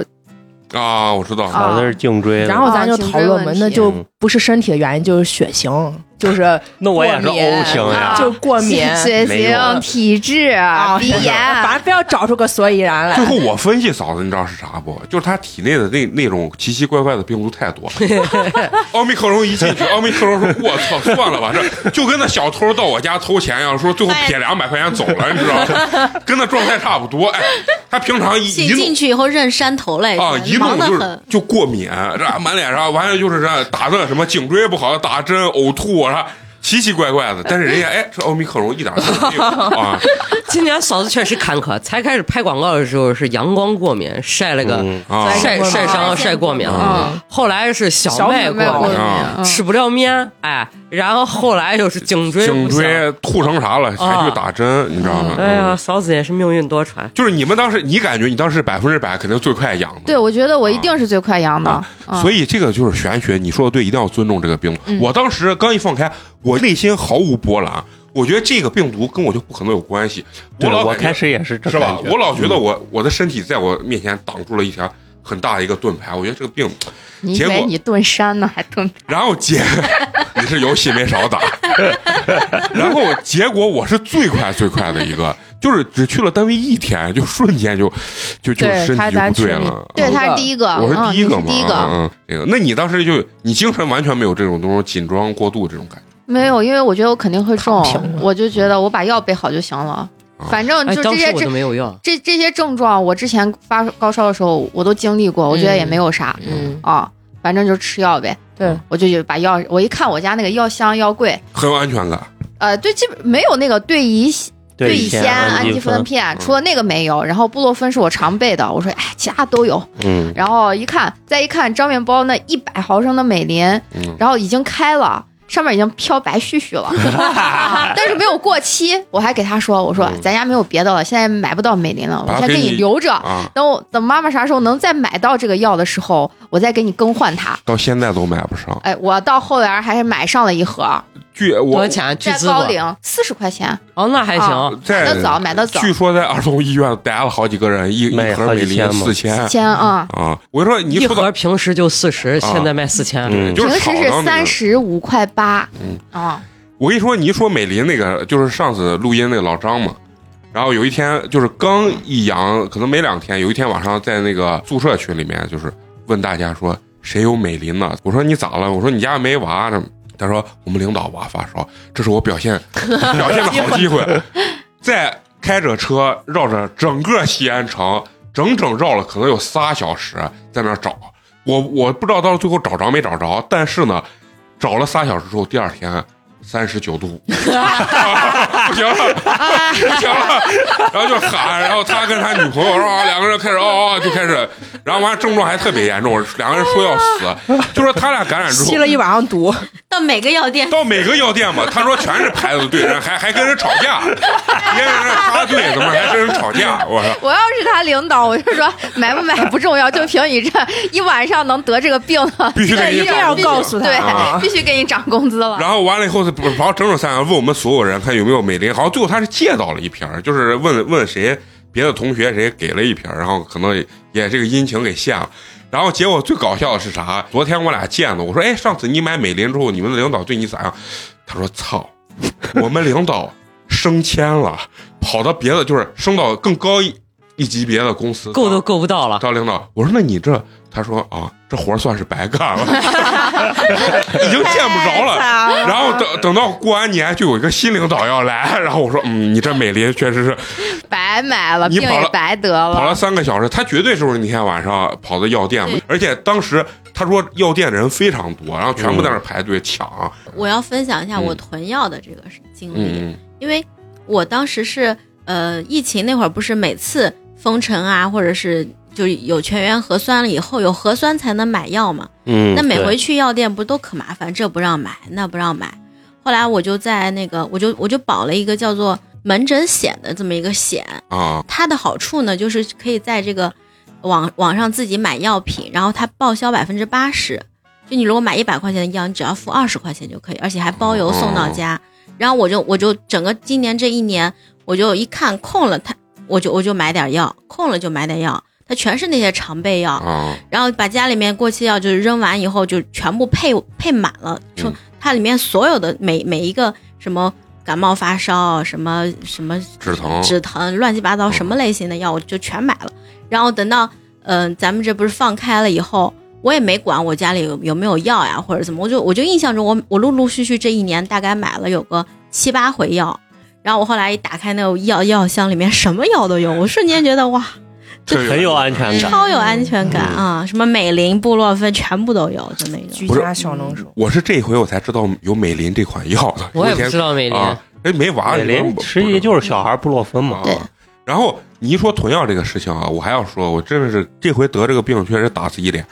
啊，我知道，
啊
好像是颈椎了。
然后咱就
颈椎
讨论嘛
问，题
那就
嗯
不是身体的原因，就是血型，就是
那我也是
过敏
O 型呀
啊，
就过敏
血
没用
型、体质、
啊，
鼻 炎，
反正非要找出个所以然来
最。后我分析嫂子，你知道是啥不？就是她体内的那那种奇奇怪怪的病毒太多了。 奥密克戎一进去，奥密克戎说：“我操，算了吧，这就跟那小偷到我家偷钱一样，说最后
哎
撇两百块钱走了，你知道 吗？跟那状态差不多。哎，他平常一一
进进
弄
去以后认山头来着，
啊，一弄
忙得
就是
很。
就过敏，然后满脸上完了就是啥打的什么颈椎不好，打针呕吐啊啥。”奇奇怪怪的，但是人家哎，这奥密克戎一点都没有啊！
今年嫂子确实坎坷，才开始拍广告的时候是阳光过敏，晒了个、
嗯
啊
晒晒伤了晒过敏了，后来是小麦
小麦
过
过
敏
敏，
嗯
吃不了面，哎，然后后来又是颈椎
颈
不行，
椎嗯吐成啥了，还
啊
去打针，你知道吗？
哎呀，嫂子也是命运多舛。
就是你们当时，你感觉你当时百分之百肯定最快阳的，
对，我觉得我一定是最快阳的
啊，
嗯
所以这个就是玄学，你说的对，一定要尊重这个病毒。
嗯
我当时刚一放开，我内心毫无波澜，啊我觉得这个病毒跟我就不可能有关系。
对，
老
我
感觉
开始也是这
是吧
感？觉嗯
我老觉得我我的身体在我面前挡住了一条很大的一个盾牌，我觉得这个病。
你以
结
为
果啊
你盾山呢，还盾
然后结， 你是游戏没少打。 然后结果我是最快最快的一个，就是只去了单位一天，就瞬间就就就
对
身
他
体就
咱
不
群
对
里
了。
对，
嗯
他是第一个，
我是
嗯
第一个嘛，
你是第一个，
嗯，嗯这个，那你当时就你精神完全没有这种那种紧张过度这种感
没有，因为我觉得我肯定会中
躺平，了
我就觉得我把药备好就行了
啊。
反正
哎，
嗯就
当
这
时
些
我
这
都没有用，
这这些症状，我之前发高烧的时候我都经历过，我觉得也没有啥
嗯，
啊，反正就吃药呗。
对，
我就就把药，我一看我家那个药箱药柜，
觉，很有安全感。
呃，对，基本没有那个对乙对乙酰啊氨基酚片，
嗯
除了那个没有，然后布洛芬是我常备的，我说哎，其他都有。
嗯，
然后一看，再一看张面包那一百毫升的美林，
嗯，
然后已经开了，上面已经飘白絮 絮了，啊但是没有过期。我还给他说，我说
嗯
咱家没有别的了，现在买不到美林了，
把
我
它给
先给你
你
留着。
啊，
等我等妈妈啥时候能再买到这个药的时候，我再给你更换它。
到现在都买不上。
哎，我到后园还是买上了一盒，
据
多
我
少钱？巨
在
资
高
吧？
瓴四十块钱，
哦，那还
啊
行，
买
在
的早，买的早，
据说在儿童医院待了好几个人，一一
卖
盒
好
美
几千
林
嘛
四千
千啊。
啊，我就说你啊
一
说到
盒平时就四十，现在卖四千。
嗯
就
平
是
时
炒到
是
那
三
个。
十五块八
嗯，
啊，
我跟你说，你一说美林那个，就是上次录音那个老张嘛。然后有一天，就是刚一阳，可能没两天，有一天晚上在那个宿舍群里面，就是问大家说谁有美林呢？我说你咋了？我说你家没娃呢？他说我们领导娃发烧，这是我表现表现的好机会。再开着车绕着整个西安城，整整绕了可能有仨小时，在那儿找。我我不知道到最后找着没找着，但是呢，找了仨小时之后，第二天三十九度 五，不行了，不行了，然后就喊，然后他跟他女朋友，啊，两个人开始哦哦就开始，然后完了症状还特别严重，两个人说要死，就说他俩感染之后
吸。了一晚上毒，
到每个药店
到每个药店嘛，他说全是排的队，然后还还跟人吵架，别人那插队，怎么还跟人吵架？我说，
我要是他领导，我就说买不买不重要，就凭你这一晚上能得这个病的，
必须得给你
一定
找
要
工作
告诉他啊
对，必须给你涨工资了。
然后完了以后，他然后整整三个问我们所有人看有没有美林，好像最后他是借到了一瓶儿，就是问问谁别的同学谁给了一瓶儿，然后可能也这个殷勤给献了。然后结果最搞笑的是啥？昨天我俩见了，我说哎，上次你买美林之后，你们的领导对你咋样？他说操，我们领导升迁了，跑到别的就是升到更高一一级别的公司，
够都够不到了，
到领导，我说那你这，他说啊，这活儿算是白干 了，已经见不着了。然后等等到过完年，就有一个新领导要来， 然后我说，嗯，你这美林确实是
白买了，
你
病
跑了
也白得
跑了
了。
三个小时，他绝对是不是那天晚上跑到药店嘛
对，
而且当时他说药店人非常多，然后全部在那儿排队抢，
我要分享一下
嗯
我囤药的这个是经历，
嗯
因为我当时是呃疫情那会儿，不是每次封城啊，或者是就有全员核酸了以后，有核酸才能买药嘛。
嗯，
那每
对
回去药店不都可麻烦，这不让买，那不让买。后来我就在那个，我就我就保了一个叫做门诊险的这么一个险。
啊，
它的好处呢，就是可以在这个网网上自己买药品，然后它报销百分之八十。就你如果买一百块钱的药，你只要付二十块钱就可以，而且还包邮送到家。
哦
然后我就我就整个今年这一年，我就一看空了它，我就我就买点药，空了就买点药，它全是那些常备药。
啊，
然后把家里面过期药就是扔完以后就全部配配满了，
嗯
说它里面所有的每每一个什么感冒发烧啊什么什么
止疼，
止疼乱七八糟
嗯
什么类型的药我就全买了。然后等到嗯、呃咱们这不是放开了以后，我也没管我家里有有没有药呀或者怎么，我就我就印象中我我陆陆续续这一年大概买了有个七八回药。然后我后来一打开那个药药箱，里面什么药都有，我瞬间觉得哇，
这
很有安全感。
超有安全感啊！什么美林、布洛芬全部都有，就那种。
居
不是
家小能手。
我是这一回我才知道有美林这款药的，
我也不
以
知
前
道美 林，
啊，哎，没娃，
美林实际就是小孩布洛芬嘛，
对
啊然后你一说囤药这个事情啊，我还要说，我真的是这回得这个病确实打自己脸。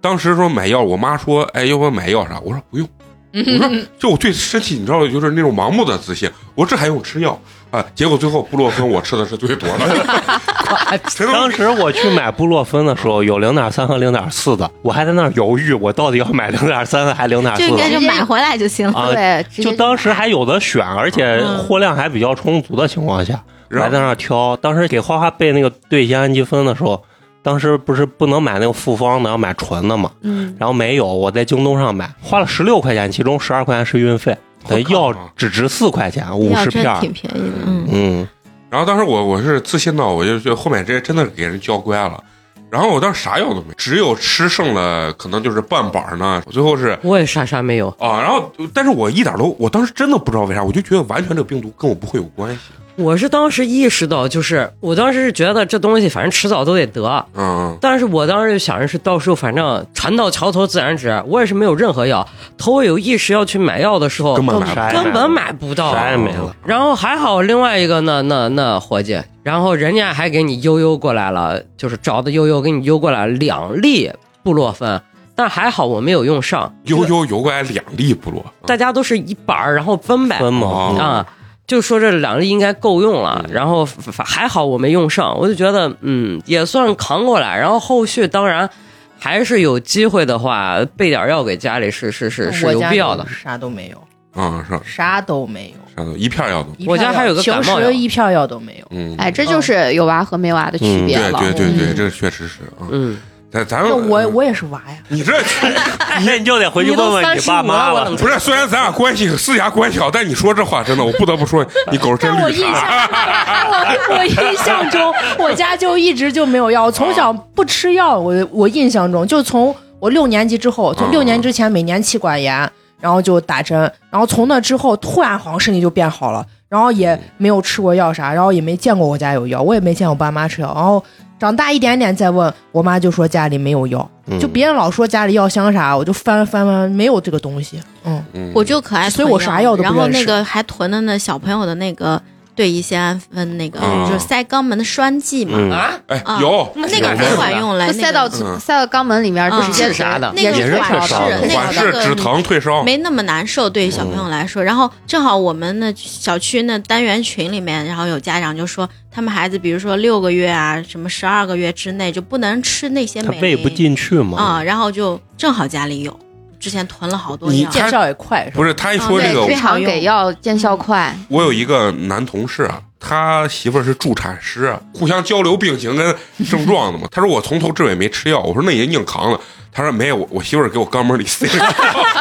当时说买药，我妈说，哎，要不要买药啥？我说不用。我说就我对身体，你知道，就是那种盲目的自信。我说这还用吃药啊？结果最后布洛芬我吃的是最多的，
哎
谁能
当时我去买布洛芬的时候，有零点三和零点四的，我还在那儿犹豫，我到底要买零点三的还是零点
就应该
四
就买回来就行了。
啊？
对，直
就
接
当时还有的选，而且
嗯
货量还比较充足的情况下，我
然
还
后
在那儿挑。当时给花花备那个对乙酰氨基酚的时候，当时不是不能买那个复方的，要买纯的嘛。
嗯，
然后没有，我在京东上买，花了十六块钱，其中十二块钱是运费，等于
我
药
靠
只值四块钱，五
药
十
真
哎
片儿。
挺便宜的，嗯，
嗯，
然后当时我我是自信到，我就觉得后面这真的给人教乖了。然后我当时啥药都没，只有吃剩了可能就是半板儿呢。我最后是
我也啥啥没有，
啊，然后但是我一点都，我当时真的不知道为啥，我就觉得完全这个病毒跟我不会有关系。
我是当时意识到，就是我当时是觉得这东西反正迟早都得得，
嗯，
但是我当时就想着是到时候反正船到桥头自然直，我也是没有任何药，头我有意识要去买药的时候，
根本
根
买不
啥也
根本买不到，
啥也没了。
然后还好，另外一个那那那伙计，然后人家还给你悠悠过来了，就是找的悠悠给你悠过来两粒布洛芬，但还好我没有用上，
悠悠游过来两粒部落，
大家都是一板儿，然后分呗，
分嘛，
哦
啊，就说这两粒应该够用了，
嗯
然后反反还好我没用上，我就觉得嗯也算扛过来，然后后续当然还是有机会的话备点药给嗯家里是是是是
我
有
家
必要
就
的，
啥都没有，
嗯，是
啥都没有。
啥的，一片药都，
一
我
片
家还
药
有个感冒药
平时一片药都没有。
嗯，
哎，这就是有娃和没娃的区别
对
了。
对对对，
嗯
这个确实是啊，
嗯。
咱咱
那我我也是娃呀，
你这
那你就得回去
你
问
都
问
三
你
十五
爸妈嗯
我怎么
不是，虽然咱俩关系私下关系好，但你说这话真的，我不得不说你狗是真
但我
绿
印象，
茶。
我我印象中，我家就一直就没有药，我从
啊
小不吃药。我我印象中，就从我六年级之后，从六
啊
年之前每年气管炎，然后就打针，然后从那之后突然好像身体就变好了，然后
嗯
也没有吃过药啥，然后也没见过我家有药，我也没见我爸妈吃药，然后。长大一点点再问我妈，就说家里没有药，
嗯
就别人老说家里药箱啥，我就翻翻翻，没有这个东西。嗯，
嗯
我就可爱囤
所以我啥药都不
然
愿意
后那
吃
个还囤的那小朋友的那个对乙酰氨酚那个
啊
就是塞肛门的栓剂嘛，
嗯
啊，
哎
啊
有
那个
有
很
的
管用了，
就
那
塞
个
到
嗯
塞到肛门里面，
嗯
直接
是啥的
直
那
接
个
也是
缓
退烧
释
的
那个
啊管
那
是
个
止疼退烧，
没那么难受，对于小
嗯
朋友来说。然后正好我们那小区那单元群里面，然后有家长就说，他们孩子比如说六个月啊，什么十二个月之内就不能吃那些
他
美
喂不
林
进去嘛。
啊、然后就正好家里有，之前囤了好多
你
药。
看
见效也快，是吧？
不是他一说
嗯
这个嗯
啊对，
我
非
对，
常给药见效快。
我有一个男同事啊，他媳妇儿是助产师，啊互相交流病情跟症状的嘛。他说我从头至尾没吃药，我说那也硬扛了。他说没有，我我媳妇儿给我肛门里塞了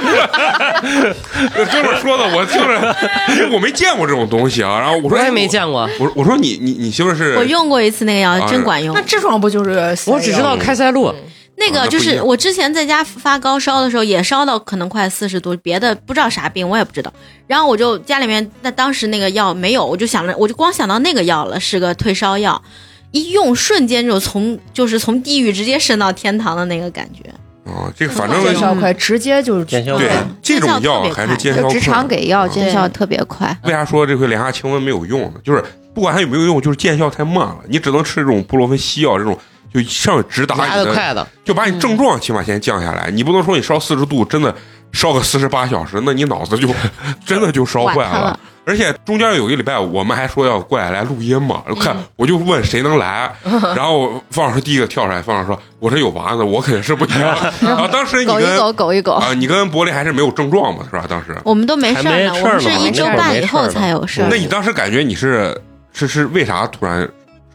药， 这么说的，我听着，因为我没见过这种东西啊。然后我
我
说
也没，见过，
哎我我我说你你你媳妇儿是
我用过一次那个药
啊，
真管用
那。痔疮不就是塞药
我
吗？
只知道开塞露，
那
啊
个
那不
就
一
是
样
我之前在家发高烧的时候，也烧到可能快四十度，别的不知道啥病，我也不知道。然后我就家里面那当时那个药没有，我就想着我就光想到那个药了，是个退烧药，一用瞬间就从就是从地狱直接升到天堂的那个感觉。
啊，这个反正
见效
嗯
快，直接就是
见效
对
快
这种药还是见效
就
快。
职场给药见效
对
特别快，
为啥说这回连下清瘟没有用呢？就是不管它有没有用，就是见效太慢了。你只能吃这种布洛芬西药，这种就上去直达
来
你
的
的
快的，
嗯
就把你症状起码先降下来。你不能说你烧四十度，真的烧个四十八小时，那你脑 子就真的就烧坏
晚了。
而且中间有一礼拜，我们还说要过来来录音嘛，
嗯
看我就问谁能 来，然后方老师第一个跳出来，方老师说：“我这有娃子，我肯定是不行。” 然后当时你
狗一
跟
狗，狗一狗
啊、，你跟柏林还是没有症状嘛，是吧？当时，
我们都没事儿呢，
还没事儿呢
我们是一周半以后才有
嗯
事儿
那。你当时感觉你是是是为啥突然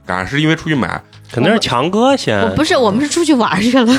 感染？是因为出去买？
肯定是强哥先。
我不是，我们是出去玩去
啊
了，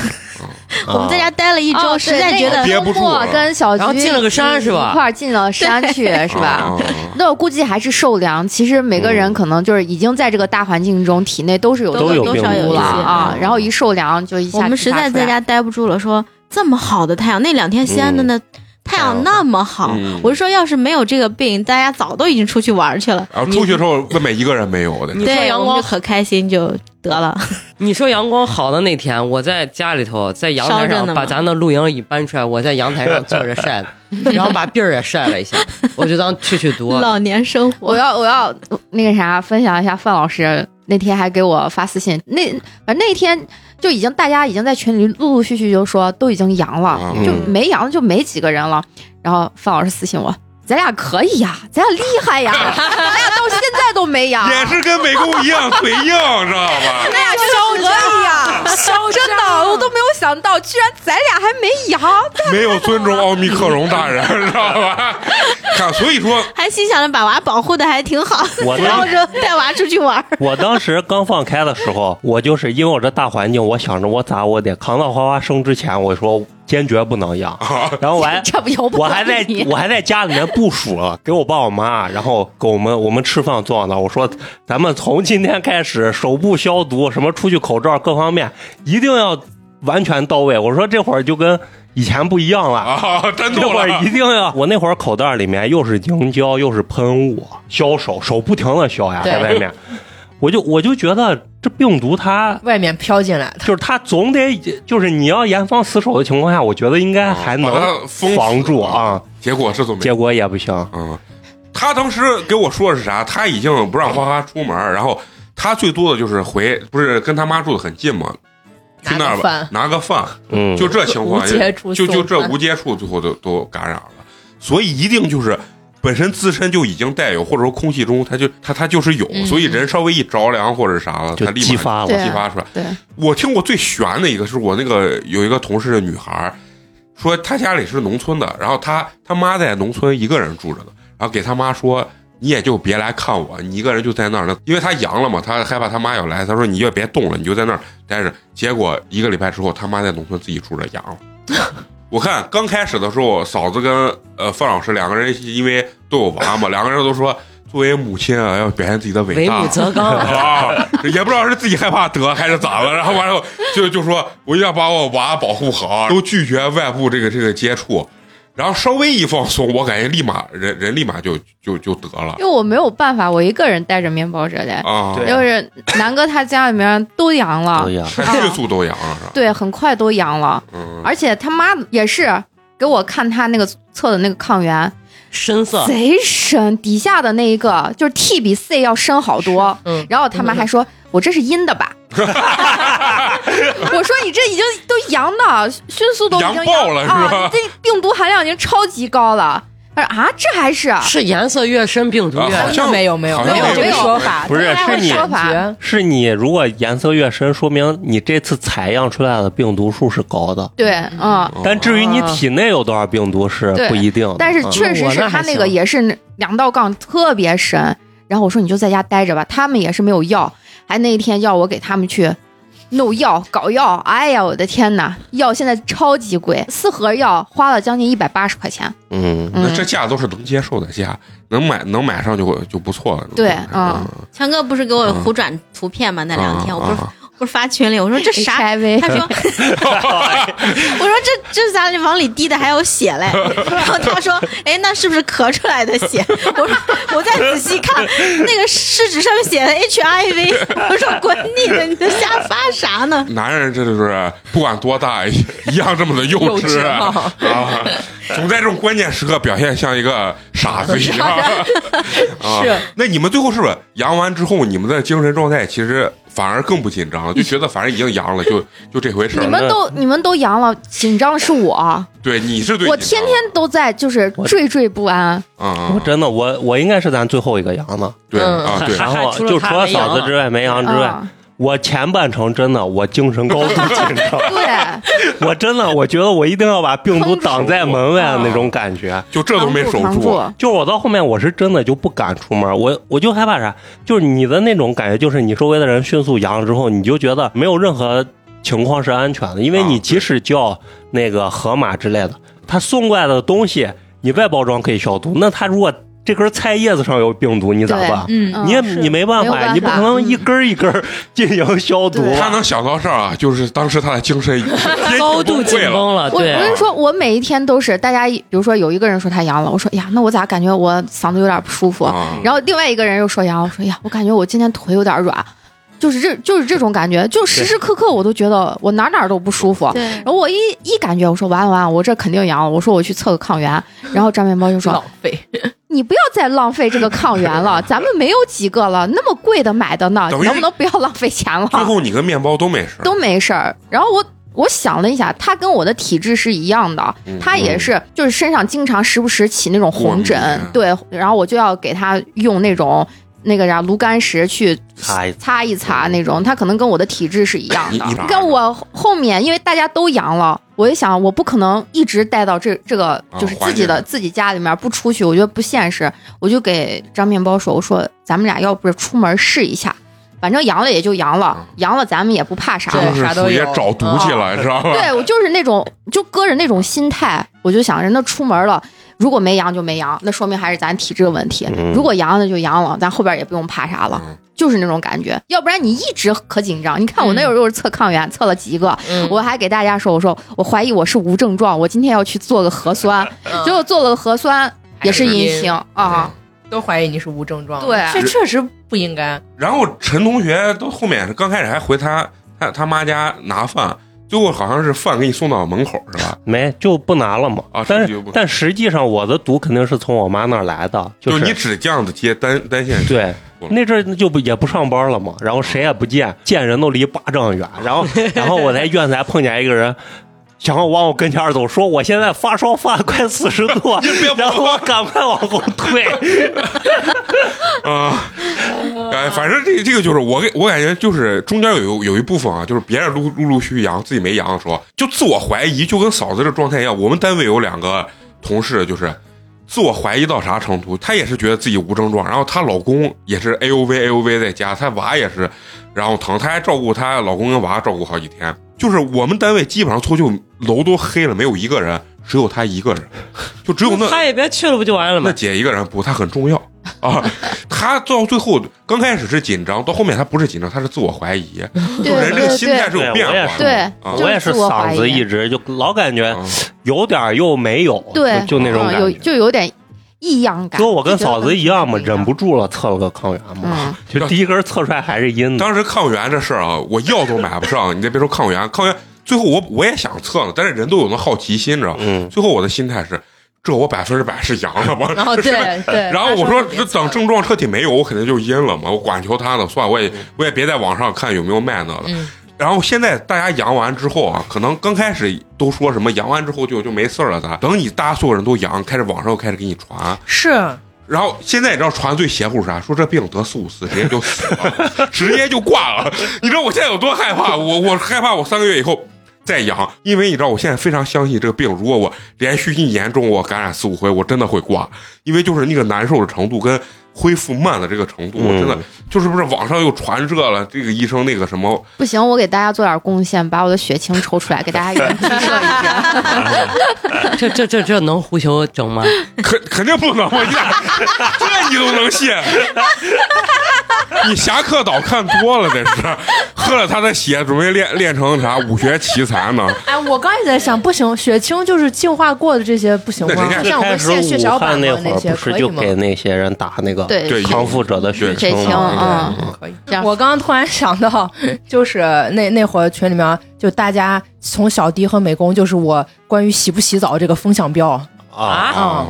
我们在家待了一周，
哦
实在
对
觉得
那个
憋
周
不住
末
了
跟小
然后
菊
进了个山是吧
一块儿进了山去是吧？
啊
那我估计还是受凉。其实每个人可能就是已经在这个大环境中，体内都是有
都
病
有
多
病
少
毒
有一
毒
些
了
了
啊。然后一受凉就一下
我们实在在家待不住了，说这么好的太阳，那两天西安的那太阳那么好，
嗯
我是说要是没有这个病，大家早都已经出去玩去了。
然后啊出去之后问每一个人没有我的，
嗯
你说
对，
阳
我们
光
就可开心就得了。
你说阳光好的那天，我在家里头，在阳台
烧着呢
上
吗
把咱的露营椅搬出来，我在阳台上坐着晒的，然后把篦儿也晒了一下，我就当去去毒。
老年生活
我，要我要那个啥，分享一下范老师那天还给我发私信，那反正那天就已经大家已经在群里陆陆续续就说都已经阳了，
嗯
就没阳就没几个人了。然后范老师私信我，咱俩可以呀，咱俩厉害呀，咱俩到现在都没阳，
也是跟美工一样嘴硬，知道吧？
咱俩真的可以呀。真的，我都没有想到，居然咱俩还没阳。
没有尊重奥密克戎大 人，知道吧？看，所以说
还心想着把娃保护的还挺好，
我
然后就带娃出去玩。
我当时刚放开的时候， 我就是因为我这大环境，我想着我咋我得扛到花花生之前，我说坚决不能养。然后我 还
这不由不得
我还在
你
我还在家里面部署 了，给我爸我妈，然后给我们我们吃饭坐那，我说咱们从今天开始手部消毒，什么出去口罩各方面一定要完全到位。我说这会儿就跟以前不一样了。
啊， 真
这
逗
会
了
儿一定要，我那会儿口袋里面又是凝胶又是喷雾，消手手不停的消呀，
对
在外面，我就我就觉得这病毒它
外面飘进来的，
就是它总得就是你要严防死守的情况下，我觉得应该还
把
能
它封死
防住啊，
结果是怎么？
结果也不行。
嗯，他当时给我说的是啥？他已经不让花花出门，然后他最多的就是回，不是跟他妈住的很近嘛，去那
拿
儿
个
吧
饭，
拿个饭，
嗯，
就这情况，
无接触
就就这
送饭
无接触，最后都都感染了，所以一定就是本身自身就已经带有，或者说空气中它就它它就是有，
嗯
所以人稍微一着凉或者啥了，
就
它立马
激发了。
对啊
激发出来。
对，
我听过最悬的一个是我那个有一个同事的女孩儿，说她家里是农村的，然后她她妈在农村一个人住着呢，然后给她妈说。你也就别来看我，你一个人就在那儿呢，因为她阳了嘛，她害怕她妈要来，她说你也别动了，你就在那儿待着。结果一个礼拜之后，她妈在农村自己住着阳了。我看刚开始的时候，嫂子跟呃范老师两个人因为都有娃嘛，两个人都说作为母亲啊要表现自己的伟
为
大，
母则刚 啊，
啊，也不知道是自己害怕得还是咋了，然后完了就就说我一定要把我娃保护好，啊都拒绝外部这个这个接触，然后稍微一放松，我感觉立马人人立马就就就得了
因为我没有办法，我一个人带着面包车的，
啊，
对
就是南哥他家里面都阳了
哎，呀，
还迅速都阳了是吧？
对，很快都阳了，
嗯，
而且他妈也是给我看他那个测的那个抗原，
深色
贼深，底下的那一个就是 T 比 C 要深好多。
嗯，
然后他妈还说：“我这是阴的吧？”我说：“你这已经都阳了，迅速都已经
阳爆了是吧
啊，这病毒含量已经超级高了。”他说：“啊，这还是
是颜色越深，病毒
啊
越
好
大。
像
没有没有
好像
没有
这
没
个
有
说法，
不是
大家
是
会
你
说法
感觉
是你如果颜色越深，说明你这次采样出来的病毒数是高的。
对，嗯，
但至于你体内有多少病毒是
对
不一定的，
但是
嗯
确实
我
是
哦那还
他那
行
个也是两道杠特别深。”然后我说：“你就在家待着吧。”他们也是没有药，还那一天要我给他们去弄药、搞药。哎呀，我的天呐，药现在超级贵，四盒药花了将近一百八十块钱。
嗯，
那
嗯
这，价都是能接受的价，能买能买上就就不错了。
对
嗯
嗯，
强哥不是给我胡转图片吗？那两天我不是
啊
不是发群里，我说这啥
HIV
他说，我 说这这咱往里滴的还有血嘞，然后他说，哎，那是不是咳出来的血？我说我再仔细看，那个试纸上面写的 HIV，我说滚你的，你都瞎发啥呢？
男人这就是不管多大，一样这么的幼
幼
稚
稚
啊
啊，
总在这种关键时刻表现像一个傻子一样。啊
是，
那你们最后是不是阳完之后，你们的精神状态其实反而更不紧张了，就觉得反正已经阳了，就就这回事
你
儿。
们都你们都阳了，紧张的是我，
对，你 是对
我
紧
天
张
天都在就是
我
惴惴不安。
嗯
我
嗯，
真的，我我应该是咱最后一个阳的，
对
嗯
啊对，
还
然
还
后
除了
就
他
除了
没阳
嫂子之外没阳之外，
啊，
我前半程真的我精神高度紧 张，
啊对，
我真的我觉得我一定要把病毒挡在门
啊
外那种感觉。
就 这都没守
扛
住，啊
住。
就是我到后面我是真的就不敢出门，我我就害怕啥？就是你的那种感觉，就是你周围的人迅速阳了之后，你就觉得没有任何情况是安全的，因为
啊
你即使叫那个盒马之类的，他送过来的东西，你外包装可以消毒，那他如果这根菜叶子上有病毒，你咋
对
办？
嗯
嗯
你也
是
你没办法
没有办
呀，
法嗯
你不可能一根儿一 根儿进行消毒
对
他
啊。
能想到这儿啊，就是当时他的精神已经
高度紧
了。
绷了，
我我
对，
跟你说，我每一天都是，大家一比如说有一个人说他阳了，我说哎呀，那我咋感觉我嗓子有点不舒服？
啊
然后另外一个人又说阳，我说呀，我感觉我今天腿有点软，就是这就是这种感觉，就时时刻刻我都觉得我哪哪儿都不舒服。
对
然，后我一一感觉，我说完了完了，我这肯定阳了。我说我去测个抗原，然后张面包就说
浪费。
你不要再浪费这个抗原了，咱们没有几个了，那么贵的买的呢，
等于
能不能不要浪费钱了？
最后你跟面包都没事儿，
都没事儿。然后我我想了一下，他跟我的体质是一样的，
嗯
他也是就是身上经常时不时起那种红疹
过敏，
对，然后我就要给他用那种。那个啥炉甘石去
擦一
擦一擦那种，他可能跟我的体质是一样
你
的
你。
跟我后面，因为大家都阳了，我一想，我不可能一直待到这这个
啊
就是
环
自己的、
境
自己家里面不出去，我觉得不现实。我就给张面包说，我说咱们俩要不出门试一下，反正阳了也就阳了，阳了咱们也不怕啥
真
了
的。嗯是
啥都
属于
有
找毒去了，你知道吧？
对我就是那种就搁着那种心态，我就想着那出门了，如果没阳就没阳，那说明还是咱体质有问题；
嗯
如果阳了就阳了，咱后边也不用怕啥了。
嗯
就是那种感觉，要不然你一直可紧张。你看我那会儿又是测抗原，测了几个，
嗯
我还给大家说，我说我怀疑我是无症状，我今天要去做个核酸，结果做了个核酸也是阴性啊。
都怀疑你是无症状，
对
啊
这确实不应该。
然后陈同学到后面刚开始还回他他他妈家拿饭，最后好像是饭给你送到门口是吧？
没就不拿了嘛。
啊
但
手机
是
不
但实际上我的毒肯定是从我妈那儿来的，
就是你只这样子接单单线程，
对，那阵儿就不也不上班了嘛，然后谁也不见，见人都离巴掌远，然后然后我在院子还碰见一个人。想要往我跟前儿走，说我现在发烧发得快四 十度，然后我赶快往后退。
啊，哎，反正这这个就是我给我感觉就是中间有有一部分啊，就是别人陆陆陆续续阳，自己没阳的时候，就自我怀疑，就跟嫂子这状态一样。我们单位有两个同事，就是自我怀疑到啥程度，她也是觉得自己无症状，然后她老公也是 A O V A O V 在家，她娃也是，然后疼，她还照顾她老公跟娃照顾好几天。就是我们单位基本上搜救楼都黑了，没有一个人，只有她一个人，就只有那
他也别去了，不就完了
那
吗？
姐一个人不，她很重要啊。她到最后刚开始是紧张，到后面她不是紧张，她是自我怀疑，
对
就人这
对
个
对
心态
对
是有变化的。
对
啊，
就
我也是
自我
嗓
怀
子
疑
一直就老感觉
嗯
有点儿又没有，
对，
就就那种
嗯
感
有
觉。
就有点异样感。
就我跟嫂子一样嘛，
就觉得
忍不住了测了个抗原嘛
嗯，
就第一根测出来还是阴的。
当时抗原这事儿啊，我药都买不上，你再别说抗原，抗原最后我我也想测呢，但是人都有那好奇心，你知道吗？
嗯，
最后我的心态是，这我百分之百 是阳了
哦
吧？
然后对对，
然后我说，
别
这等症状彻底没有，我肯定就阴了嘛。我管求他呢，算了我也我也别在网上看有没有卖那的。
嗯
然后现在大家阳完之后啊，可能刚开始都说什么阳完之后就就没事儿了咋？等你大家所有人都阳，开始网上又开始给你传，
是
然后现在你知道传最邪乎是啥？说这病得四五次直接就死了， 直接就挂了。你知道我现在有多害怕？我我害怕我三个月以后再阳，因为你知道我现在非常相信这个病，如果我连续一年中我感染四五回，我真的会挂，因为就是那个难受的程度跟恢复慢的这个程度，我真的
嗯
就是不是网上又传这了，这个医生那个什么，
不行，我给大家做点贡献，把我的血清抽出来给大家 研究一下。
这这这这能胡球整吗？
肯肯定不能，我一下这你都能信？你侠客岛看多了，这是喝了他的血，准备练练成啥武学奇才呢？
哎，我刚也在想，不行，血清就是净化过的这些不行
对人
吗
家？
最
像我
开
们
始
献血
武
小板
汉
的
会儿
些
不是
可以
就
吗？
给那些人打那个
对
对
康复者的血
对
血清，
清嘛，
啊
嗯，
可以。
这样
我刚刚突然想到，就是那那会儿群里面，就大家从小迪和美工，就是我关于洗不洗澡这个风向标，
啊
啊，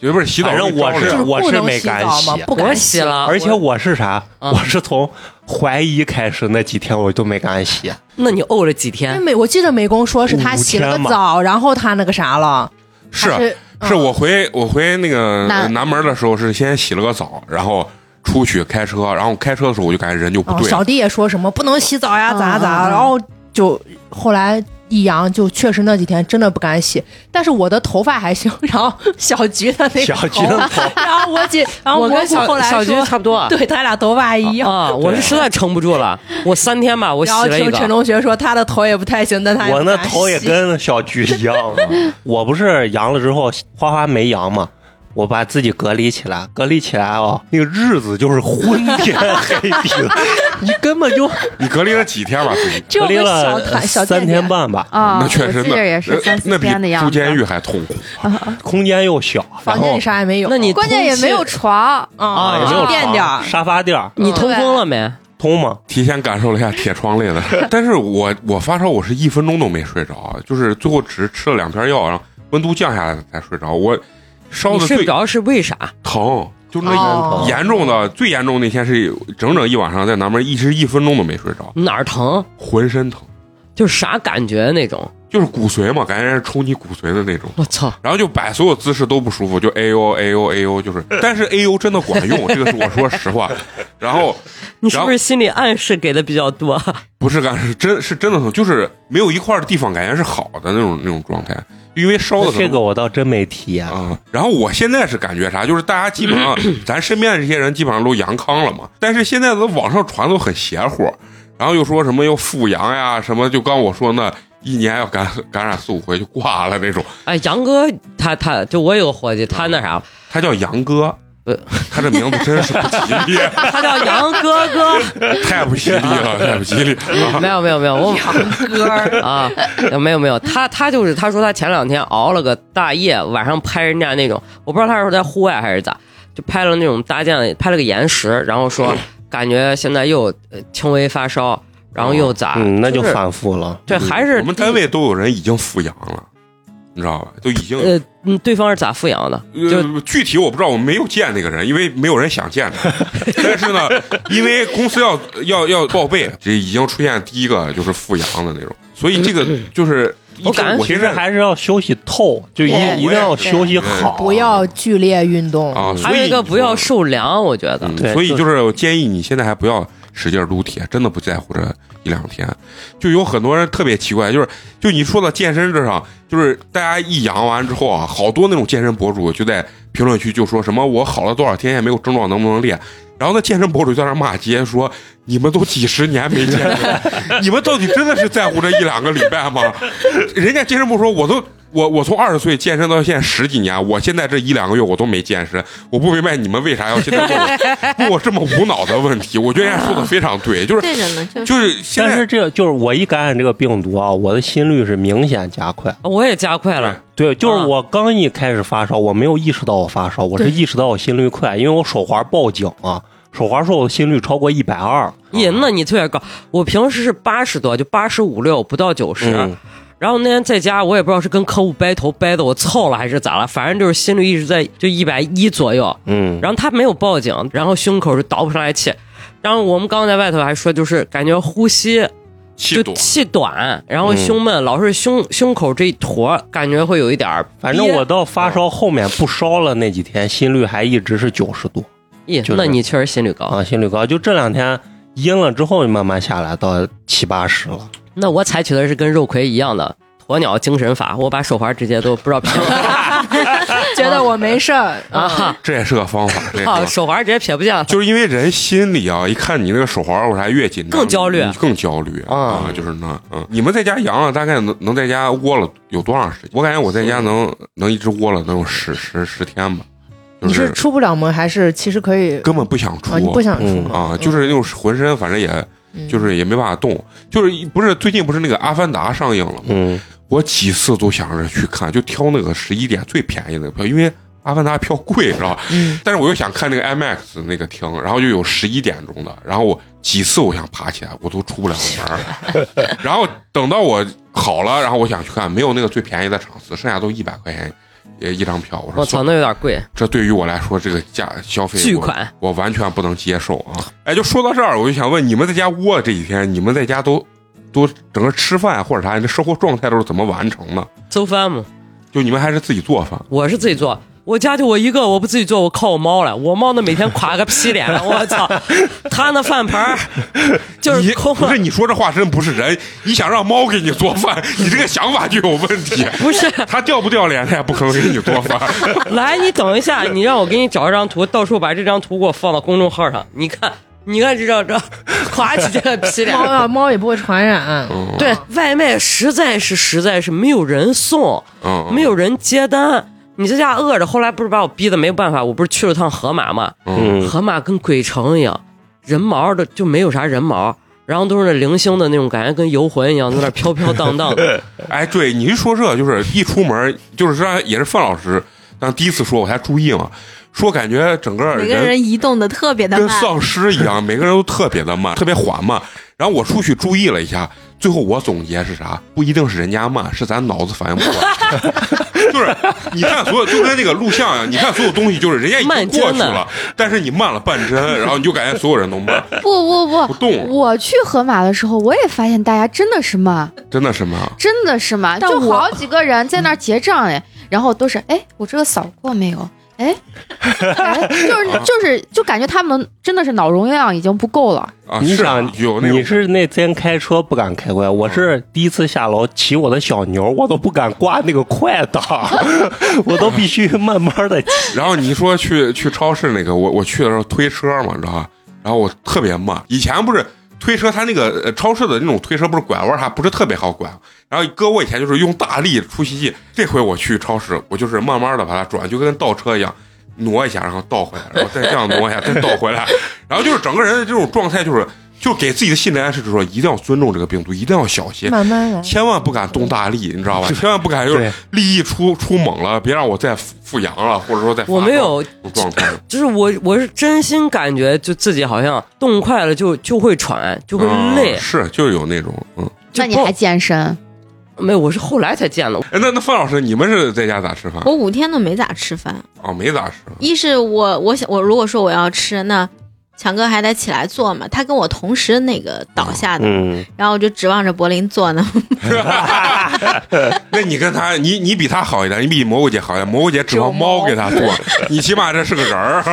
就不是洗澡
反
会
正我
招
是
人
就是
我
不能
没
洗
敢
澡嘛
洗
不
我
敢
洗了，
而且我是啥？
嗯
啊
我是从怀一开始那几天我都没敢洗，
那你怄了几
因为
天？
美，我记得美工说是他洗了
五
个
天
澡，然后他那个啥了，
是
还是
是我回我回那个
南
南门的时候是先洗了个澡，然后出去开车，然后开车的时候我就感觉人就不
嗯
对了，
小弟也说什么不能洗澡呀，
嗯
咋
嗯
咋，
嗯
然后就后来一阳就确实那几天真的不敢洗，但是我的头发还行，然后小菊的那个
小
头
菊
发
的头
然后我姐，然后
我跟
姑
小
后来
小菊
说
差不多啊
对他俩头发一样。
啊，我是实在撑不住了，我三天吧，我洗
然后
了一
听陈
个。
同学说他的头也不太行，但 他也
我
不
那
敢
头也
洗
跟小菊一样。我不是阳了之后，花花没阳嘛，我把自己隔离起来，隔离起来哦，那个日子就是昏 天黑地的，你根本就
你隔离了几天吧自己？
只有
隔离
个小
了
摊小
三
店
天
点
半吧，
啊，
那确实
我记
那
得也是
呃
三四
那比
天的样
住
子。
监狱还痛苦。
空间又小，然
房间
后
里啥也没有。
那你
关键也没有 床，
啊
啊也没
有
就垫点儿
床，沙发垫儿
你通风了没？
通吗？
提前感受了一下铁窗类的，但是我我发烧，我是一分钟都没睡着，啊就是最后只吃了两片药，然后温度降下来才睡着。我烧
你
的
睡不
最
着是为啥？
疼，就那
哦
一严重的、最严重那天是整整一晚上在南门一直一分钟都没睡着，
哪儿疼？
浑身疼，
就是啥感觉那种。
就是骨髓嘛，感觉是冲击骨髓的那种。
我操！
然后就摆所有姿势都不舒服，就哎 A O A O A O，就是，但是 A O 真的管用，这个是我说实话。然后
你是不是心理暗示给的比较多？
不是干是真是真的疼，就是没有一块儿地方感觉是好的那种那种状态，因为烧的
这个我倒真没体验。
啊、然后我现在是感觉啥，就是大家基本 上咱身边的这些人基本上都阳康了嘛，但是现在的网上传都很邪乎，然后又说什么要复阳呀，什么就刚我说那一年要感感染四五回就挂了那种，
哎，杨哥他他就我有个伙计，他那 啥，
他叫杨哥
呃。
他这名字真是不吉利，啊
他叫杨哥 哥。
太不吉利 了，太不吉利啊！
没有没有没有，我 歌啊，没有没有，他他就是他说他前两天熬了个大夜，晚上拍人家那种，我不知道他是在户外还是咋，就拍了那种搭建拍了个岩石，然后 说感觉现在又呃轻微发烧，然后又咋，
嗯，那就是反复了。
对还是
我们单位都有人已经复阳了，你知道吧？都已经
呃嗯，对方是咋复阳的？就
呃，具体我不知道，我没有见那个人，因为没有人想见他。但是呢，因为公司要要要报备，这已经出现第一个就是复阳的那种，所以这个就是一
我感觉
听我
其
现
实
在
还是要休息透，就一
对
一定要休息好。
不要剧烈运动。
啊，所
还
以
有一个
你说
不要受凉，我觉得。
嗯
对
所以
就
就是我建议你现在还不要使劲撸铁，真的不在乎这一两天。就有很多人特别奇怪，就是就你说到健身这上，就是大家一阳完之后啊，好多那种健身博主就在评论区就说什么我好了多少天也没有症状，能不能练？然后那健身博主在那骂街说：“你们都几十年没健身了，你们到底真的是在乎这一两个礼拜吗？”人家健身博主说：“我都我我从二十岁健身到现在十几年，我现在这一两个月我都没健身，我不明白你们为啥要现在问我 问我这么无脑的问题。”我觉得人家说的非常对，就是
对着呢，就是
就是现
但
在
是这就是我一感染这个病毒啊，我的心率是明显加快。
啊我也加快了，
对，就是
啊
我刚一开始发烧，我没有意识到我发烧，我是意识到我心率快，因为我手环报警啊，手环说我心率超过一百二，
咦，那你特别高。我平时是八十多，就八十五六，不到九十、
嗯
然后那天在家，我也不知道是跟客户掰头掰的，我凑了还是咋了，反正就是心率一直在就一百一左右。
嗯，
然后他没有报警，然后胸口就倒不上来气。然后我们刚刚在外头还说，就是感觉呼吸
气
就
短，
气短，然
嗯
后胸闷，老是胸胸口这一坨，感觉会有一点儿憋。
反正我到发烧后面不烧了那几天，心率还一直是九十多
咦，
就是
那你确实心率高。
啊，心率高。就这两天阴了之后，慢慢下来到七八十了。
嗯
那我采取的是跟肉葵一样的鸵鸟精神法，我把手环直接都不知道 撇了
觉得我没事儿
啊
啊，
哈，
这也是个方法， 这也是个
啊手环直接撇不见了。
就是因为人心里啊，一看你那个手环或啥越紧张，
更焦虑
你更焦虑
啊
啊，就是那嗯，你们在家阳了，大概能能在家窝了有多长时间？我感觉我在家能能一直窝了能有十十十天吧，就
嗯你是出不了门还是其实可以？
根本不想出
啊，你不想出
嗯
门
啊，就是那种浑身反正也
嗯
就是也没办法动，就是不是最近不是那个《阿凡达》上映了吗？
嗯，
我几次都想着去看，就挑那个十一点最便宜的票，因为《阿凡达》票贵，知道吧？
嗯
但是我又想看那个 IMAX 那个厅，然后就有十一点钟的，然后我几次我想爬起来，我都出不了门儿。然后等到我好了，然后我想去看，没有那个最便宜的场次，剩下都一百块钱呃一张票。我说
我操，那有点贵，
这对于我来说，这个价消费
巨
我
款，
我完全不能接受啊！哎，就说到这儿，我就想问你们在家窝这几天，你们在家都都整个吃饭或者啥，你这生活状态都是怎么完成的？
邹翻嘛。
就你们还是自己做 饭？
我是自己做，我家就我一个，我不自己做，我靠我猫了。我猫那每天垮个屁脸，我操，它那饭盆儿就是
你
空
不
了
是。你说这话真不是人，你想让猫给你做饭， 你这个想法就有问题。
不是，
它掉不掉脸，它也不可能给你做 饭。嗯
来，你等一下，你让我给你找一张图，到时候把这张图给我放到公众号上，你看，你看这张这垮起这个屁脸
猫。
嗯
啊，猫也不会传染。
对外卖实在是实在是没有人送，
嗯，嗯
没有人接单，你在家饿着。后来不是把我逼的没有办法，我不是去了趟河马嘛，
嗯，
河马跟鬼城一样，人毛的就没有啥人毛，然后都是那零星的那种感觉，跟游魂一样，在那飘飘荡荡的。
哎，对，你一说这，就是一出门，就是让也是范老师，但第一次说我还注意嘛，说感觉整个
每个人移动的特别的
跟
啊
慢，
丧尸一样，每个人都特别的 慢，特别缓慢。然后我出去注意了一下，最后我总结是啥？不一定是人家慢，是咱脑子反应不过来。 就是你看所有，就跟那个录像一样，你看所有东西，就是人家已经过去
慢真
了
的，
但是你慢了半帧，然后你就感觉所有人都慢，
不不
不
不，
动，
我去河马的时候，我也发现大家真的是慢，
真的是慢。
真的是慢，
但
就
我
好几个人在那儿结账哎，然后都是哎，我这个扫过没有？ 哎，哎就是就是就感觉他们真的是脑容量已经不够了。
啊，
你
是啊
想
有那
你
种嗯
是那天开车不敢开快，我是第一次下楼骑我的小牛，我都不敢挂那个快档， 我都必须慢慢的骑。
然后你说去去超市那个，我我去的时候推车嘛，你知道吧？然后我特别慢，以前不是推车，它那个呃超市的那种推车不是拐弯儿还不是特别好拐。然后哥，我以前就是用大力出奇迹，这回我去超市，我就是慢慢的把它转，就跟倒车一样。挪一下，然后倒回来，然后再这样挪一下，再倒回来，然后就是整个人的这种状态，就是就给自己的心理暗示，就是说一定要尊重这个病毒，一定要小心，
慢慢来，
千万不敢动大力，你知道吧？千万不敢就是
对
力一出出猛了，别让我再复复阳了，或者说再发
我没有
高状态。
就是我我是真心感觉，就自己好像动快了就就会喘，就会累
嗯、。是就有那种嗯。
就
那你
包
还健身？
没有？我是后来才见的。
哎，那那范老师，你们是在家咋吃饭？
我五天都没咋吃饭。
哦，没咋吃。
一是我我想我如果说我要吃，那强哥还得起来做嘛，他跟我同时那个倒下的，
嗯，
然后我就指望着柏林做呢。
那你跟他，你你比他好一点，你比蘑菇姐好一点。蘑菇姐指望猫给他做，你起码这是个人儿。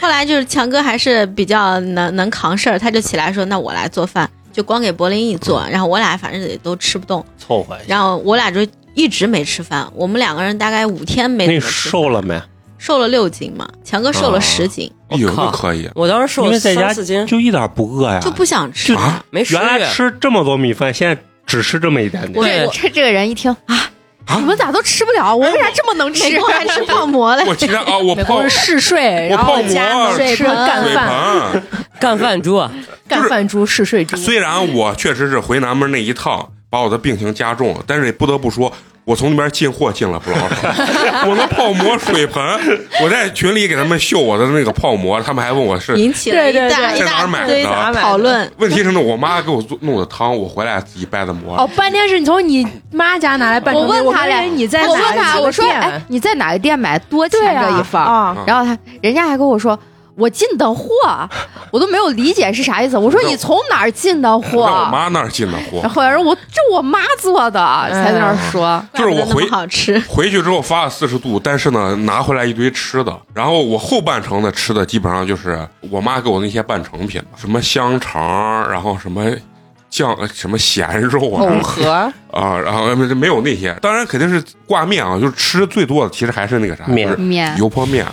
后来就是强哥还是比较能能扛事儿，他就起来说：“那我来做饭。”就光给柏林一做，然后我俩反正也都吃不动，
凑合一下。
然后我俩就一直没吃饭。我们两个人大概五天没
那
怎
你
么吃饭，
瘦了没？
瘦了六斤嘛，强哥瘦了十斤，
哎呦，
我靠
那可以。
我当时瘦
因
了
为在家
三四斤，
就一点不饿哎呀。
就不想吃。
啊
没十
原来
月。
吃这么多米饭，现在只吃这么一点点。
对
这这这个人一听啊，你们咋都吃不了？我为啥这么能吃？
美国还吃泡馍嘞，
我其实啊，我
美
泡
国人嗜睡，
我
然
泡
后
馍啊
加水
吃
盆干
水
饭，
盆。
干饭猪啊，
干饭猪嗜睡猪。
虽然我确实是回南门那一趟把我的病情加重了，但是也不得不说，我从那边进货进了不老少。 我的泡馍水盆，我在群里给他们秀我的那个泡馍，他们还问我是。
引起了一大
对对对
一
在哪儿买
大
的
堆
在哪
儿买的
讨论。
问题是呢，我妈给我做弄的汤，我回来自己掰的馍。
哦，半天是你从你妈家拿来拌成
我
的。
问他
我
嘞，
以为你在
我
哪
问
里
他，
有个
我说
店
哎，你在哪个店买？多钱
对啊
这一份儿？
啊，
然后他人家还跟我说。我进的货，我都没有理解是啥意思。我说你从哪儿进的
在
货？
我妈那儿进的货
然。后来说我这我妈做的，
嗯
才在那儿说。
就是我
怪不得
回
那么好吃，
回去之后发了四十度，但是呢，拿回来一堆吃的。然后我后半程的吃的基本上就是我妈给我那些半成品，什么香肠，然后什么酱，呃什么咸肉啊，
哦
哦
藕盒，
啊，然后呃没没有那些，当然肯定是挂面啊，就是吃最多的其实还是那个啥
面
就是
面
油泼面，啊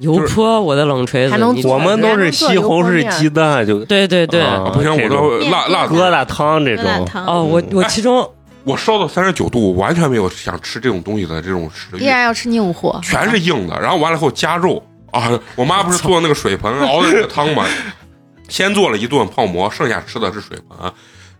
油泼我的冷锤子，
还能
你
我们都是西红柿鸡蛋，就
对对对。
啊
不行我都
这种
辣辣
疙瘩汤这
疙瘩
种。
汤。
哦，我我其中
我烧到三十九度，我完全没有想吃这种东西的这种食
依
欲，
然要吃硬货，
全是硬的。然后完了以后加肉啊，我妈不是做那个水盆熬的那个汤嘛， 先做了一顿泡馍，剩下吃的是水盆。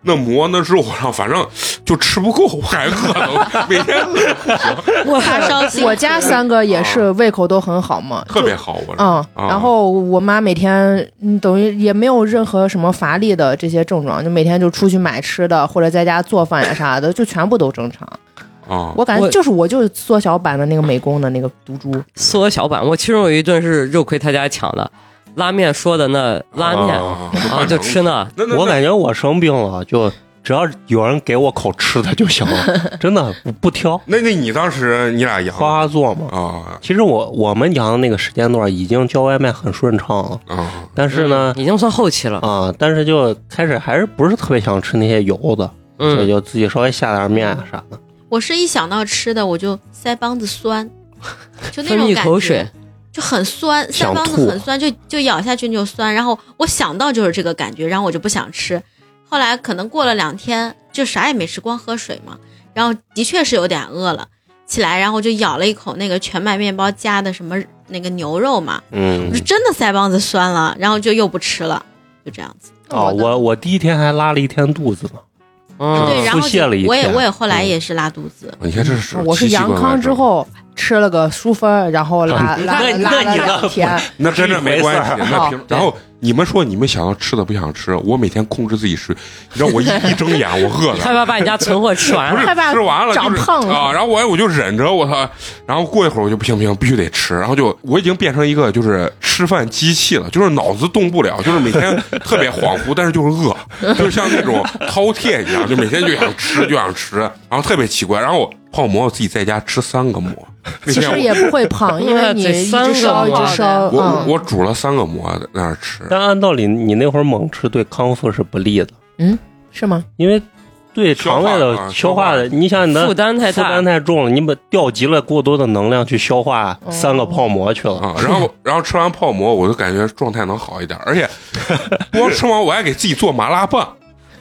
那馍那肉上 反正就吃不够，我还饿了，每天饿得不行，
我
叉烧鸡
我家三个也是胃口都很好
啊
嘛，
特别好我这。
嗯，
啊
然后我妈每天嗯等于也没有任何什么乏力的这些症状，就每天就出去买吃的或者在家做饭呀啥的，就全部都正常。
啊，
我感
哦我
觉就是我就是缩小版的那个美工的那个毒株，
缩小版。我其中有一顿是肉亏他家抢的，拉面说的那拉面
啊
啊，就吃那
那那
我感觉我生病了，就只要有人给我口吃的就行了，真的不不挑。
那那你当时你俩阳
花花做嘛，
啊
其实我我们阳的那个时间段已经叫外卖很顺畅了，
啊，
但是呢，
已经算后期了。
啊，但是就开始还是不是特别想吃那些油的，所以
嗯，
就自己稍微下点面啊啥的。
我是一想到吃的我就腮帮子酸，就那
分
种
泌
感
口水
觉，，就很酸，
想
腮帮子
吐啊
很酸，就就咬下去你就酸。然后我想到就是这个感觉，然后我就不想吃。后来可能过了两天，就啥也没吃，光喝水嘛。然后的确是有点饿了，起来然后就咬了一口那个全麦面包加的什么那个牛肉嘛，
嗯
我就，真的腮帮子酸了，然后就又不吃了，就这样子。
哦，我我第一天还拉了一天肚子呢，
嗯，
对，然后
腹泻了一
就我也
天
我也后来
嗯
也是拉肚子，
你看这是
啊我是阳康之，后吃了个淑芬，然后 拉拉
那
拉
那
了
你
两
呢
天，
那跟这没关系
是一。回
啊
那平
对
然后你们说你们想要吃的不想吃，我每天控制自己吃，你知道 我一一睁眼我饿
害
了。
怕把你家存货吃完
不是
了。
害怕
吃完了
长
就是
胖了
啊，然后我我就忍着我操，然后过一会儿我就不行不行必须得吃，然后就我已经变成一个就是吃饭机器了，就是脑子动不了，就是每天特别恍惚，但是就是饿，就是像那种饕餮一样，就每天就想吃就想吃，然后特别奇怪，然后我泡馍我自己在家吃三个馍，那
其
天我
实也不会胖，因为你
这
一
三
直
个
烧一
嘛
直烧，
我我
嗯，
我煮了三个馍在那儿吃，
但按道理你那会儿猛吃对康复是不利的，
是吗？
因为对
消
肠胃
化啊
的消化的，你想你的
负担太
负
大
担，太重了，你把调集了过多的能量去消化
哦
三个泡馍去了。
啊，然后然后吃完泡馍，我就感觉状态能好一点，而且不光吃完，我还给自己做麻辣拌。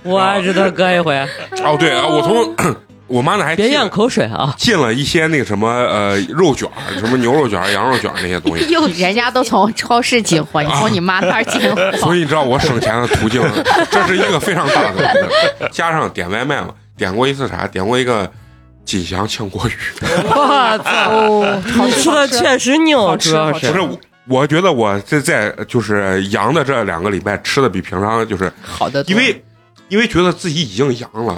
我知道哥一回，
哦，对啊，我从 我妈那还
别
进
咽口水啊！
进了一些那个什么呃肉卷儿、什么牛肉卷儿、羊肉卷儿那些东 西，
又人家都从超市进货，你从你妈那儿进货
啊 所，以你知道我省钱的途径，这是一个非常大的途径。加上点外卖嘛，点过一次啥？点过一个锦祥炝锅鱼。
我操，
哦，好
啊你吃的确实牛，
好吃
主要
好
不
是
是，我我觉得我这在就是呃阳的这两个礼拜吃的比平常就是
好的多，
因为因为觉得自己已经阳了，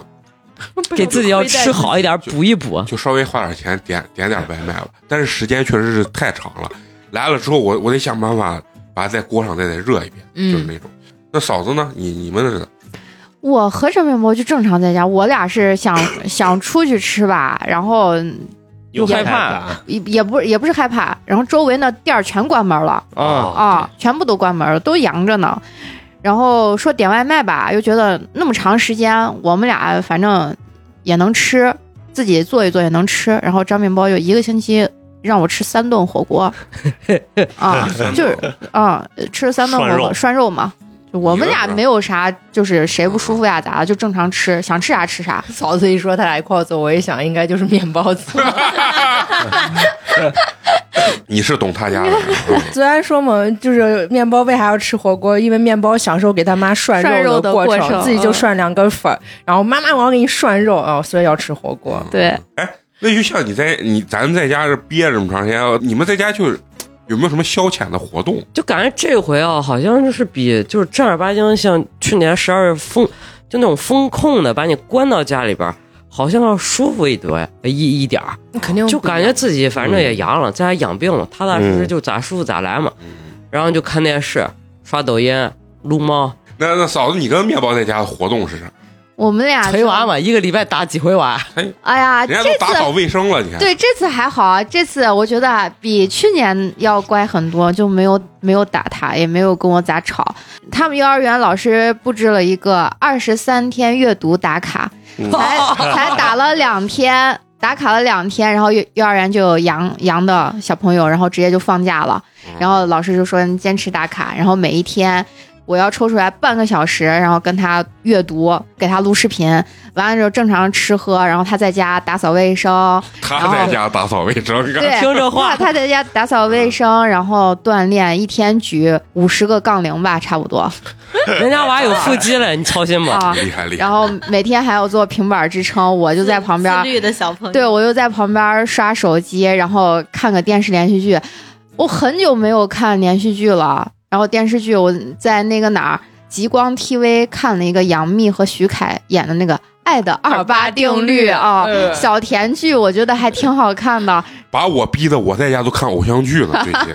给自己要吃好一点，补一补。
就稍微花点钱点点点外卖吧。但是时间确实是太长了，来了之后我我得想办法把它在锅上再再热一遍，
嗯
就是那种。那嫂子呢？你你们是
我合着面膜就正常在家，我俩是想想出去吃吧，然后
又害怕
也也不也不是害怕，然后周围那店儿全关门了
哦
啊，
啊，全部都关门了，都阳着呢。然后说点外卖吧，又觉得那么长时间，我们俩反正也能吃，自己做一做也能吃。然后张面包又一个星期让我吃三顿火锅，啊，就是啊，吃三顿火锅涮肉嘛。就我们
啊
俩没有啥，就是谁不舒服呀咋的，就正常吃，想吃啥吃啥。
嫂子一说他俩一块儿走，我一想应该就是面包子。
你是懂他家 的，嗯
虽然说嘛，就是面包为啥要吃火锅？因为面包享受给他妈涮
涮肉
的
的
过
过程
自己就
嗯
涮两根粉儿，然后妈妈我要给你涮肉哦，所以要吃火锅。
对，
那就像你在你咱在家这憋着这么长时间，你们在家就是有没有什么消遣的活动？
就感觉这回啊，好像就是比就是正儿八经像去年十二月封，就那种封控的，把你关到家里边儿，好像要舒服一点哎一一点儿，
那肯定
就
不一
感
样
觉自己反正也阳了，在家养病了，踏踏实实就咋舒服咋来嘛。然后就看电视、刷抖音、撸猫、
那那嫂子，你跟面包在家的活动是啥？
我们俩
捶
就
娃。娃，一个礼拜打几回娃？
哎呀，
人家
这
都
次
打扫卫生了，你看。
对，这次还好啊，这次我觉得比去年要乖很多，就没有没有打他，也没有跟我咋吵。他们幼儿园老师布置了一个二十三天阅读打卡，才才打了两天，打卡了两天，然后幼幼儿园就有阳阳的小朋友，然后直接就放假了。然后老师就说你坚持打卡，然后每一天我要抽出来半个小时，然后跟他阅读，给他录视频，完了之后正常吃喝，然后他在家打扫卫生，
他在家打扫卫生，你看
对，
听着话
他他在家打扫卫生，然后锻炼，一天举五十个杠铃吧，差不多
人家娃有腹肌了，你操心吧？
啊。
厉害厉害。
然后每天还要做平板支撑，我就在旁边
自律的小朋友，
对，我又在旁边刷手机，然后看个电视连续剧。我很久没有看连续剧了，然后电视剧我在那个哪儿，极光 TV 看了一个杨幂和徐凯演的那个《爱的二八定律啊
嗯，
小甜剧我觉得还挺好看的。
把我逼得我在家都看偶像剧了。最 近，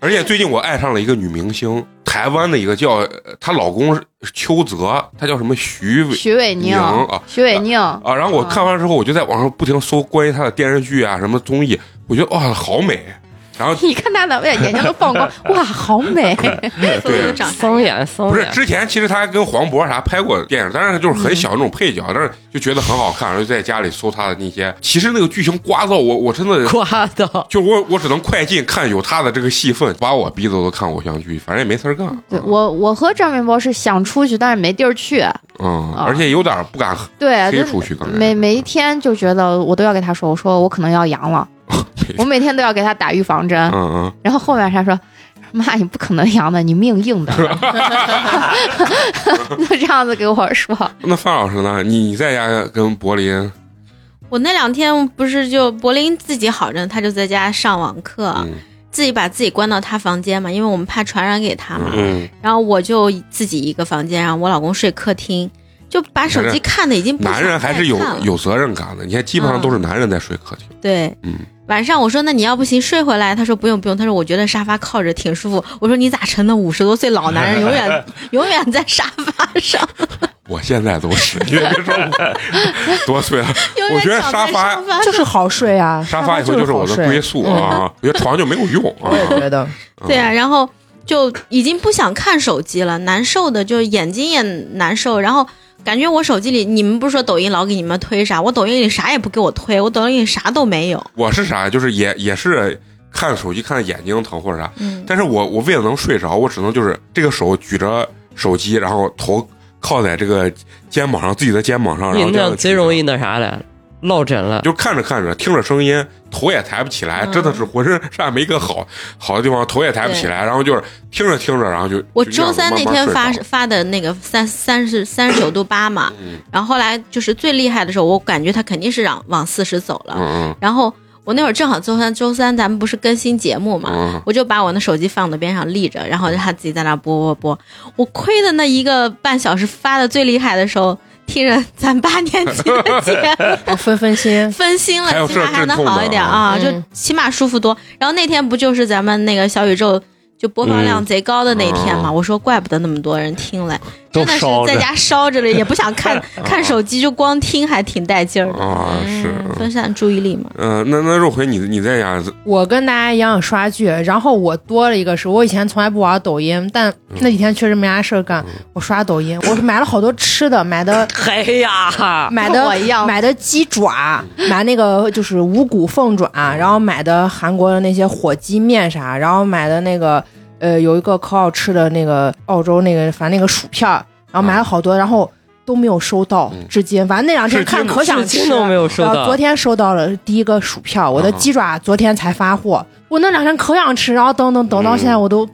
而且最近我爱上了一个女明星，台湾的一个叫呃她老公是邱泽，她叫什么徐伟
徐伟宁
宁啊，
徐伟宁，
啊。然后我看完之后，我就在网上不停搜关于她的电视剧啊，什么综艺，我觉得哇、好美。 然后
你看他的眼睛都放光，哇，好美！
所有长啥
桑
样？
眼桑
不是
眼，
之前其实她跟黄渤啥拍过电影，但是就是很小那种配角，但是就觉得很好看，然后就在家里搜她的那些。其实那个剧情刮到我，我真的
刮到。
就我我只能快进看有他的这个戏份，把我逼得都看偶像剧，反正也没事儿干。
对我，我和张面包是想出去，但是没地儿去。
嗯，
啊
而且有点不敢
对，啊
黑
就是
出去，刚才
每每一天就觉得我都要给他说，我说我可能要阳了，我每天都要给他打预防针
嗯。嗯，
然后后面他说：“妈，你不可能阳的，你命硬的。” 就这样子给我说，
那范老师呢？你你在家跟柏林，
我那两天不是就柏林自己好着呢，他就在家上网课，啊
嗯
自己把自己关到他房间嘛，因为我们怕传染给他嘛。
嗯，
然后我就自己一个房间，然后我老公睡客厅，就把手机看的已经不想
男人还是有
再看了
有责任感的。你看，基本上都是男人在睡客厅，
对，
嗯
晚上我说那你要不行睡回来，他说不用不用，他说我觉得沙发靠着挺舒服。我说你咋成的五十多岁老男人，永远永远在沙发上，
我现在都是，因为说我多岁了，
永
我
远
觉得
躺
沙
在
发
沙发
就
上。
是好睡啊，
沙发以后
就
就是我的
好睡
归。宿啊。我觉得床就没有用啊嗯
我。也觉得，
对啊，然后就已经不想看手机了，难受的就眼睛也难受，然后感觉我手机里，你们不是说抖音老给你们推啥，我抖音里啥也不给我推，我抖音里啥都没有。
我是啥？就是也也是看手机看眼睛疼或者啥，
嗯，
但是我我为了能睡着，我只能就是这个手举着手机，然后头靠在这个肩膀上，自己的肩膀上，然
你
后这
那
样
样贼容
易
易那啥的，落枕了。
就看着看着，听着声音，头也抬不起来，
嗯
真的是浑身上下没个好好的地方，头也抬不起来，然后就是听着听着，然后就
我
就这样
周三那
慢慢
天
睡
发
着
发的那个三三十三十九度八嘛，
嗯
然后后来就是最厉害的时候，我感觉他肯定是往往四十走了。
嗯
然后我那会儿正好周三，周三咱们不是更新节目嘛，
嗯
我就把我那手机放到边上立着，然后让他自己在那播播播。我亏的那一个半小时发的最厉害的时候，听着咱八年级的节目
我分分心，
分心
还有
了，起
这
码还
阵
能
痛
好
的
一点
啊
啊，就
嗯
起码舒服多。然后那天不就是咱们那个小宇宙就播放量贼高的那天嘛？
嗯
我说怪不得那么多人听嘞，
都
真的是
烧着
在家烧着了，也不想 看看手机，就光听还挺带劲儿
嗯
的，
啊是。
分散注意力嘛。
嗯，那那肉回你你在家
我跟大家一样刷剧，然后我多了一个是，我以前从来不玩抖音，但
嗯
那几天确实没啥事儿干，我刷抖音，我买了好多吃的，买的
哎呀，
买
跟我
哦
一
的
样
买的鸡 爪，买那个就是五谷凤爪，
嗯
然后买的韩国的那些火鸡面啥，然后买的那个呃有一个可好吃的那个澳洲那个反正那个薯片儿，
嗯
然后买了好多，然后都没有收到
嗯，
至今反正那两天
至今
看可想
至
吃
今都没有收
然
到嗯
后。昨天收到了第一个薯片儿，我的
啊
鸡爪昨天才发货，我那两天可想吃，然后等等等到
嗯
现在我都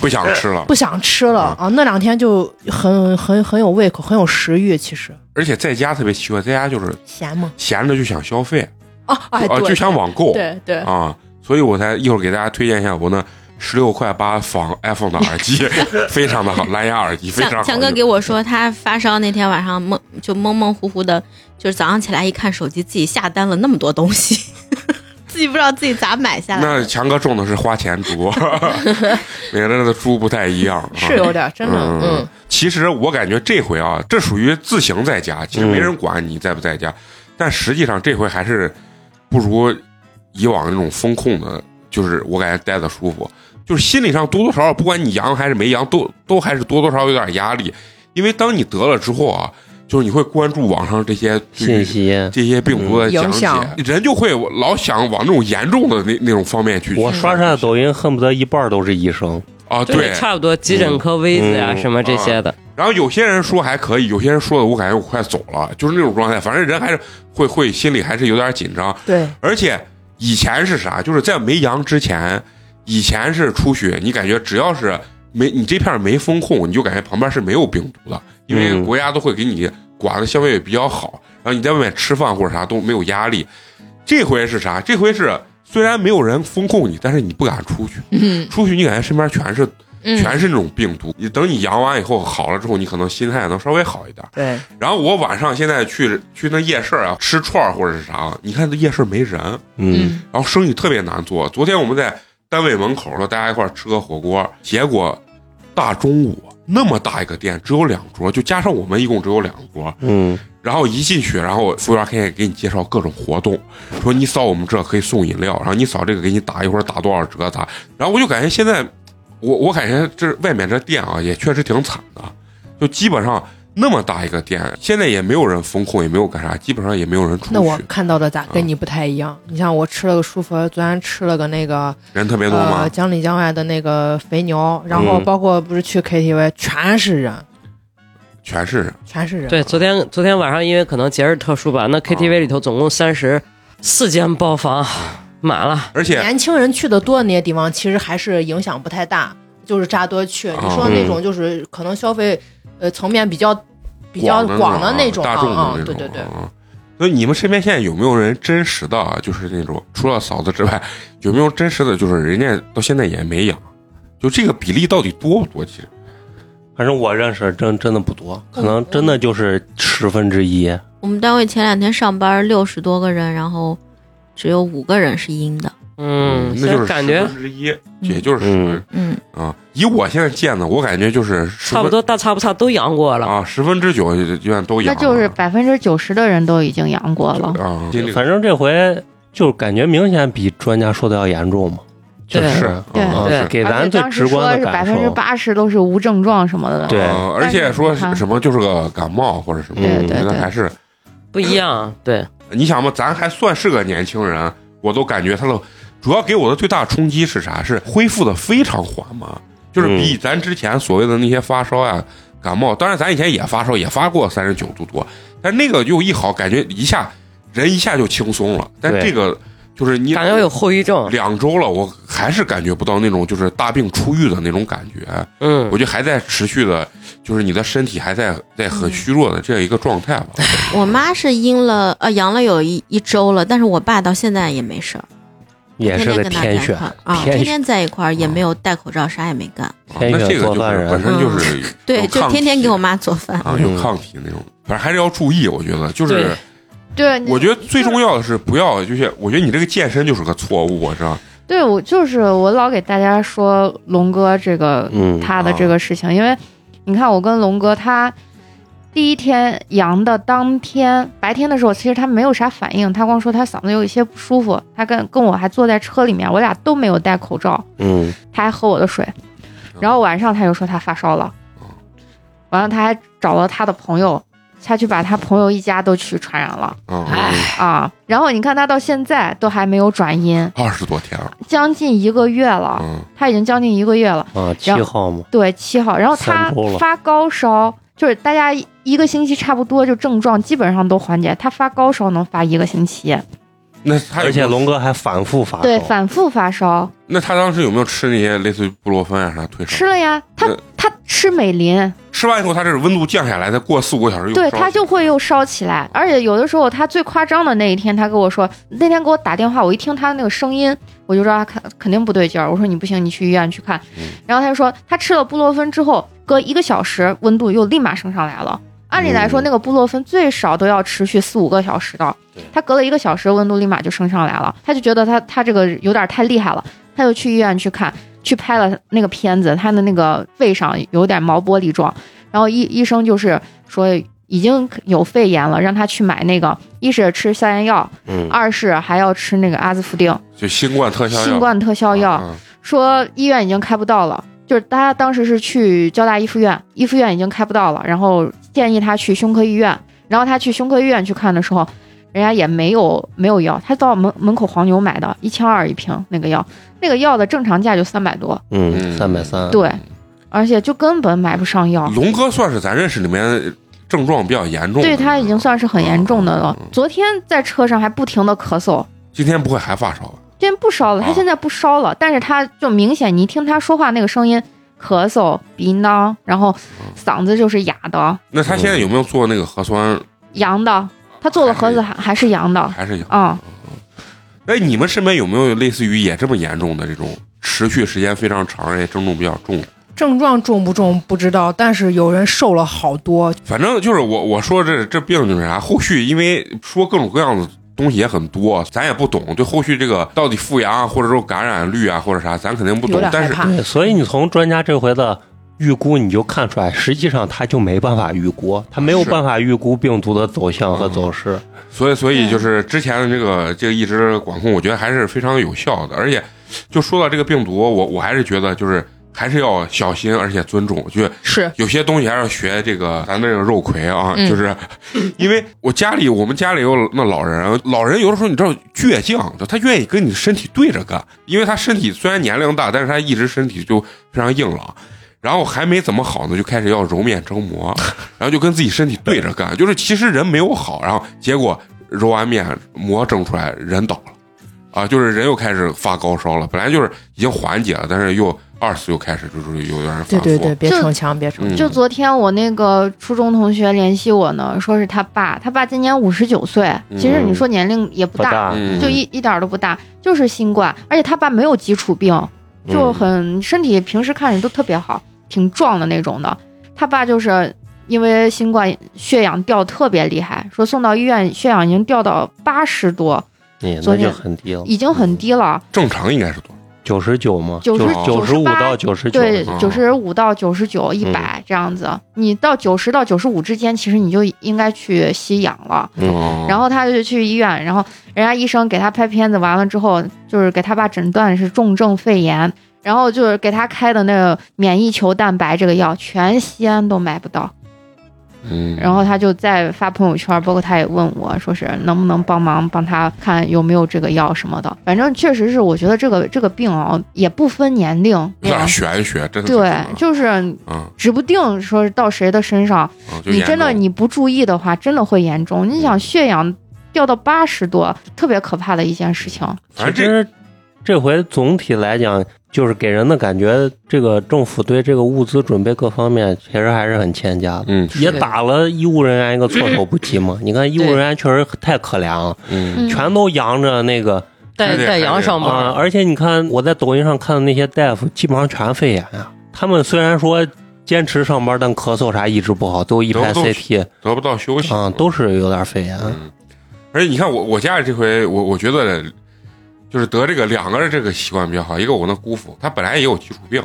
不想吃了，
不想吃了
啊
嗯
啊！那两天就很很很有胃口，很有食欲，其实
而且在家特别奇怪，在家就是
咸嘛
闲着就想消费
哦
啊哎
啊，就
对
想网购，
对对，
啊，所以我才一会儿给大家推荐一下我那十六块八仿 iPhone 的耳 机，非常的好，蓝牙耳机非常好
强
用。
强哥给我说，他发烧那天晚上懵就懵懵糊糊的，就是早上起来一看手机，自己下单了那么多东西， 自己不知道自己咋买下来的。
那强哥中的是花钱 猪，每个人的猪不太一样。啊
是有点真的，
嗯
嗯，
其实我感觉这回啊，这属于自行在家，其实没人管你在不在
嗯
家，但实际上这回还是不如以往那种风控的，就是我感觉待的舒服，就是心理上多多少少，不管你阳还是没阳，都都还是多多少少有点压力，因为当你得了之后啊，就是你会关注网上这些
信。息，
这些病毒的
嗯
讲
影
解
响，
人就会老想往那种严重的那那种方面去。
嗯
我刷上的抖音恨不得一半都是医生，
啊，
对，啊
对，
差不多急诊科、危子呀
嗯
什么这些的，
然后有些人说还可以，有些人说的我感觉我快走了，就是那种状态。反正人还是会会心里还是有点紧张，
对，
而且以前是啥？就是在没阳之前，以前是出去，你感觉只要是没你这片儿没风控，你就感觉旁边是没有病毒的，因为
嗯
国家都会给你管的相对比较好，然后你在外面吃饭或者啥都没有压力。这回是啥？这回是虽然没有人风控你，但是你不敢出去，
嗯，
出去你感觉身边全是
嗯
全是那种病毒。你等你阳完以后好了之后，你可能心态能稍微好一点。
对，
然后我晚上现在去去那夜市啊，吃串儿或者是啥，你看这夜市没人，
嗯，
然后生意特别难做。昨天我们在单位门口了，大家一块儿吃个火锅，结果大中午那么大一个店，只有两桌，就加上我们一共只有两桌。
嗯，
然后一进去，然后服务员开始给你介绍各种活动，说你扫我们这可以送饮料，然后你扫这个给你打一会儿打多少折咋？然后我就感觉现在，我我感觉这外面这店啊也确实挺惨的，就基本上那么大一个店，现在也没有人风控，也没有干啥，基本上也没有人出
那我
去，
看到的咋跟你不太一样？
嗯
你像我吃了个舒芙，昨天吃了个那个
人特别多吗？
呃江里江外的那个肥牛，然后
嗯
包括不是去 KTV 全是人，
全是人。
全是人。
啊
对，昨天昨天晚上因为可能节日特殊吧，那 KTV 里头总共三十四间包房满了，
而且
年轻人去的多的那些地方，其实还是影响不太大，就是扎堆去。你说的
哦
那种就是可能消费呃层面比较比较广的那种
大
啊
众的
啊
那，种，
对对对。
啊。所以你们身边现在有没有人真实的啊，就是那种除了嫂子之外，有没有真实的，就是人家到现在也没养，就这个比例到底多不多？其
嗯
实
反正我认识真真的不多，可能真的就是十分之一。
嗯
我们单位前两天上班六十多个人，然后只有五个人是阴的。
嗯，
那就是
现在感觉
10分之一，也就是十
嗯
分
嗯，
啊。以我现在见的，我感觉就是10
差不多大差不差都阳过了。
啊，十分之九基本上都
那
养了，
就是百分之九十的人都已经阳过了。
啊，这个
反正这回就感觉明显比专家说的要严重嘛，就
对
是
对
嗯
对
是给
而
咱
且
最
当
直
时说
观
是
的
百
感
分之
受。
八十都是无症状什么的。
对
呃而且说是什么就是个感冒或者什么，
对对
那
对
还是
不一样，对，
你想嘛，咱还算是个年轻人，我都感觉他的主要给我的最大冲击是啥？是恢复的非常缓慢，就是比咱之前所谓的那些发烧呀、感冒，当然咱以前也发烧，也发过三十九度多，但那个又一好，感觉一下人一下就轻松了。但
对
这个就是你
感觉有后遗症，
两周了，我还是感觉不到那种就是大病初愈的那种感觉。
嗯
我，觉得还在持续的，就是你的身体还在在很虚弱的这样一个状态吧。
我妈是阴了，呃，阳了有一一周了，但是我爸到现在也没事儿，
也
天
是
天
个
跟他在一
天选
块儿啊，
天
天
选嗯
天在一块儿也没有戴口罩，啥也没干。
啊
天
那
选
这个就
做饭
是
人
本身
嗯
就是有
对，
哦抗
就天天
体
给我妈做饭。
啊，
嗯
有抗体那种，反正还是要注意。我觉得就是
对，
对，
我觉得最重要的是不要，就是我觉得你这个健身就是个错误，我知道。
对我就是我老给大家说龙哥这个
嗯，
他的这个事情，因为你看我跟龙哥他第一天阳的当天白天的时候，其实他没有啥反应，他光说他嗓子有一些不舒服，他跟跟我还坐在车里面，我俩都没有戴口罩，
嗯，
他还喝我的水，
嗯
然后晚上他又说他发烧了，完了他还找了他的朋友，他去把他朋友一家都去传染了
嗯，
啊，然后你看他到现在都还没有转阴，
二十多天了，
将近一个月了，
嗯，
他已经将近一个月了。
啊，七号嘛，
对，七号。然后他
三周了
发高烧，就是大家一个星期差不多就症状基本上都缓解，他发高烧能发一个星期，
那他
而且龙哥还反复发烧，
对，反复发烧，
那他当时有没有吃那些类似于布洛芬啊啥退烧？
吃了呀，他
嗯
呃
他吃美林，
吃完以后，他这是温度降下来，再过四五个小时又
对
烧
他
起来
就会又烧起来，而且有的时候他最夸张的那一天，他跟我说，那天给我打电话，我一听他那个声音，我就知道他肯肯定不对劲儿，我说你不行，你去医院去看
嗯，
然后他就说他吃了布洛芬之后，隔一个小时温度又立马升上来了。按理来说，
嗯
那个布洛芬最少都要持续四五个小时的，他隔了一个小时，温度立马就升上来了，他就觉得他他这个有点太厉害了，他就去医院去看，去拍了那个片子，他的那个肺上有点毛玻璃状，然后医医生就是说已经有肺炎了，让他去买那个，一是吃消炎药，
嗯，
二是还要吃那个阿兹夫定
就新冠特效药，
新冠特效药，
啊，
说医院已经开不到了。就是他当时是去交大一附院，一附院已经开不到了，然后建议他去胸科医院，然后他去胸科医院去看的时候，人家也没有没有药，他到门门口黄牛买的，一千二一瓶那个药，那个药的正常价就三百多，
嗯
嗯，三百三，
对，而且就根本买不上药。
嗯龙哥算是咱认识里面症状比较严重的，
对他已经算是很严重的了
嗯嗯嗯。
昨天在车上还不停的咳嗽，
今天不会还发烧吧？
今天不烧了，
啊
他现在不烧了，但是他就明显，你一听他说话那个声音，咳嗽、鼻囊，然后嗓子就是哑的、
那他现在有没有做那个核酸？
嗯阳的。他做了盒子还还是阳的，
还是阳？
啊、
哎，你们身边有没有类似于也这么严重的这种持续时间非常长，而且症状比较重的？
症状重不重不知道，但是有人瘦了好多，
反正就是我我说这这病就是啥，后续因为说各种各样的东西也很多，咱也不懂，对后续这个到底复阳啊，或者说感染率啊，或者啥，咱肯定不
有
懂
点。
但
害
是嗯
怕。
对，所以你从专家这回的预估，你就看出来，实际上他就没办法预估，他没有
是嗯
办法预估病毒的走向和走势。
所以所以就是之前的这个这个一直管控，我觉得还是非常有效的。而且就说到这个病毒，我我还是觉得就是还是要小心，而且尊重，就是
是
有些东西还是要学这个 咱这个肉葵啊，
嗯
就是因为我家里我们家里有那老人，老人有的时候你知道倔强，他愿意跟你身体对着干，因为他身体虽然年龄大，但是他一直身体就非常硬朗。然后还没怎么好呢，就开始要揉面蒸 馍，然后就跟自己身体对着干，就是其实人没有好，然后结果揉完面馍蒸出来人倒了，啊，就是人又开始发高烧了，本来就是已经缓解了，但是又二次又开始就是有点反复，
对对对，别
就
逞强，别逞强。
嗯
就昨天我那个初中同学联系我呢，说是他爸，他爸今年五十九岁，其实你说年龄也嗯不
不
大，
大，
嗯
就一一点儿都不大，就是新冠，而且他爸没有基础病，
嗯
就很身体平时看着都特别好，挺壮的那种的。他爸就是因为新冠血氧掉特别厉害，说送到医院血氧已经掉到八十多，
嗯，
昨
那
天
就很低了，
已经很低了，
正常应该是多少？
九十九嘛，
90
九十五
98
到九十九，
对
嗯，
九十五到九十九、一百这样子。你到九十到九十五之间，其实你就应该去吸氧了。
嗯
然后他就去医院，然后人家医生给他拍片子，完了之后就是给他爸诊断是重症肺炎，然后就是给他开的那个免疫球蛋白这个药，全西安都买不到。
嗯，
然后他就在发朋友圈，包括他也问我说是能不能帮忙帮他看有没有这个药什么的。反正确实是，我觉得这个这个病啊也不分年龄，
有点玄学，真的是
对，就是
嗯
指不定说是到谁的身上，
嗯，就
你
严
真的
重嗯
你不注意的话，真的会严重。你想血氧掉到八十多，特别可怕的一件事情。
反正
其
这
实这回总体来讲，就是给人的感觉，这个政府对这个物资准备各方面其实还是很欠佳的。
嗯
也打了医务人员一个措手不及嘛！你看医务人员确实太可怜了，
嗯
嗯，
全都扬着那个
带
对
带羊上
啊、
班，
而且你看我在抖音上看的那些大夫，基本上全肺炎啊。他们虽然说坚持上班，但咳嗽啥一直不好，都一拍
都都
CT
得不到休息
啊、都是有点肺炎。啊
嗯。而且你看我我家里这回，我我觉得就是得这个两个人这个习惯比较好，一个我那姑父，他本来也有基础病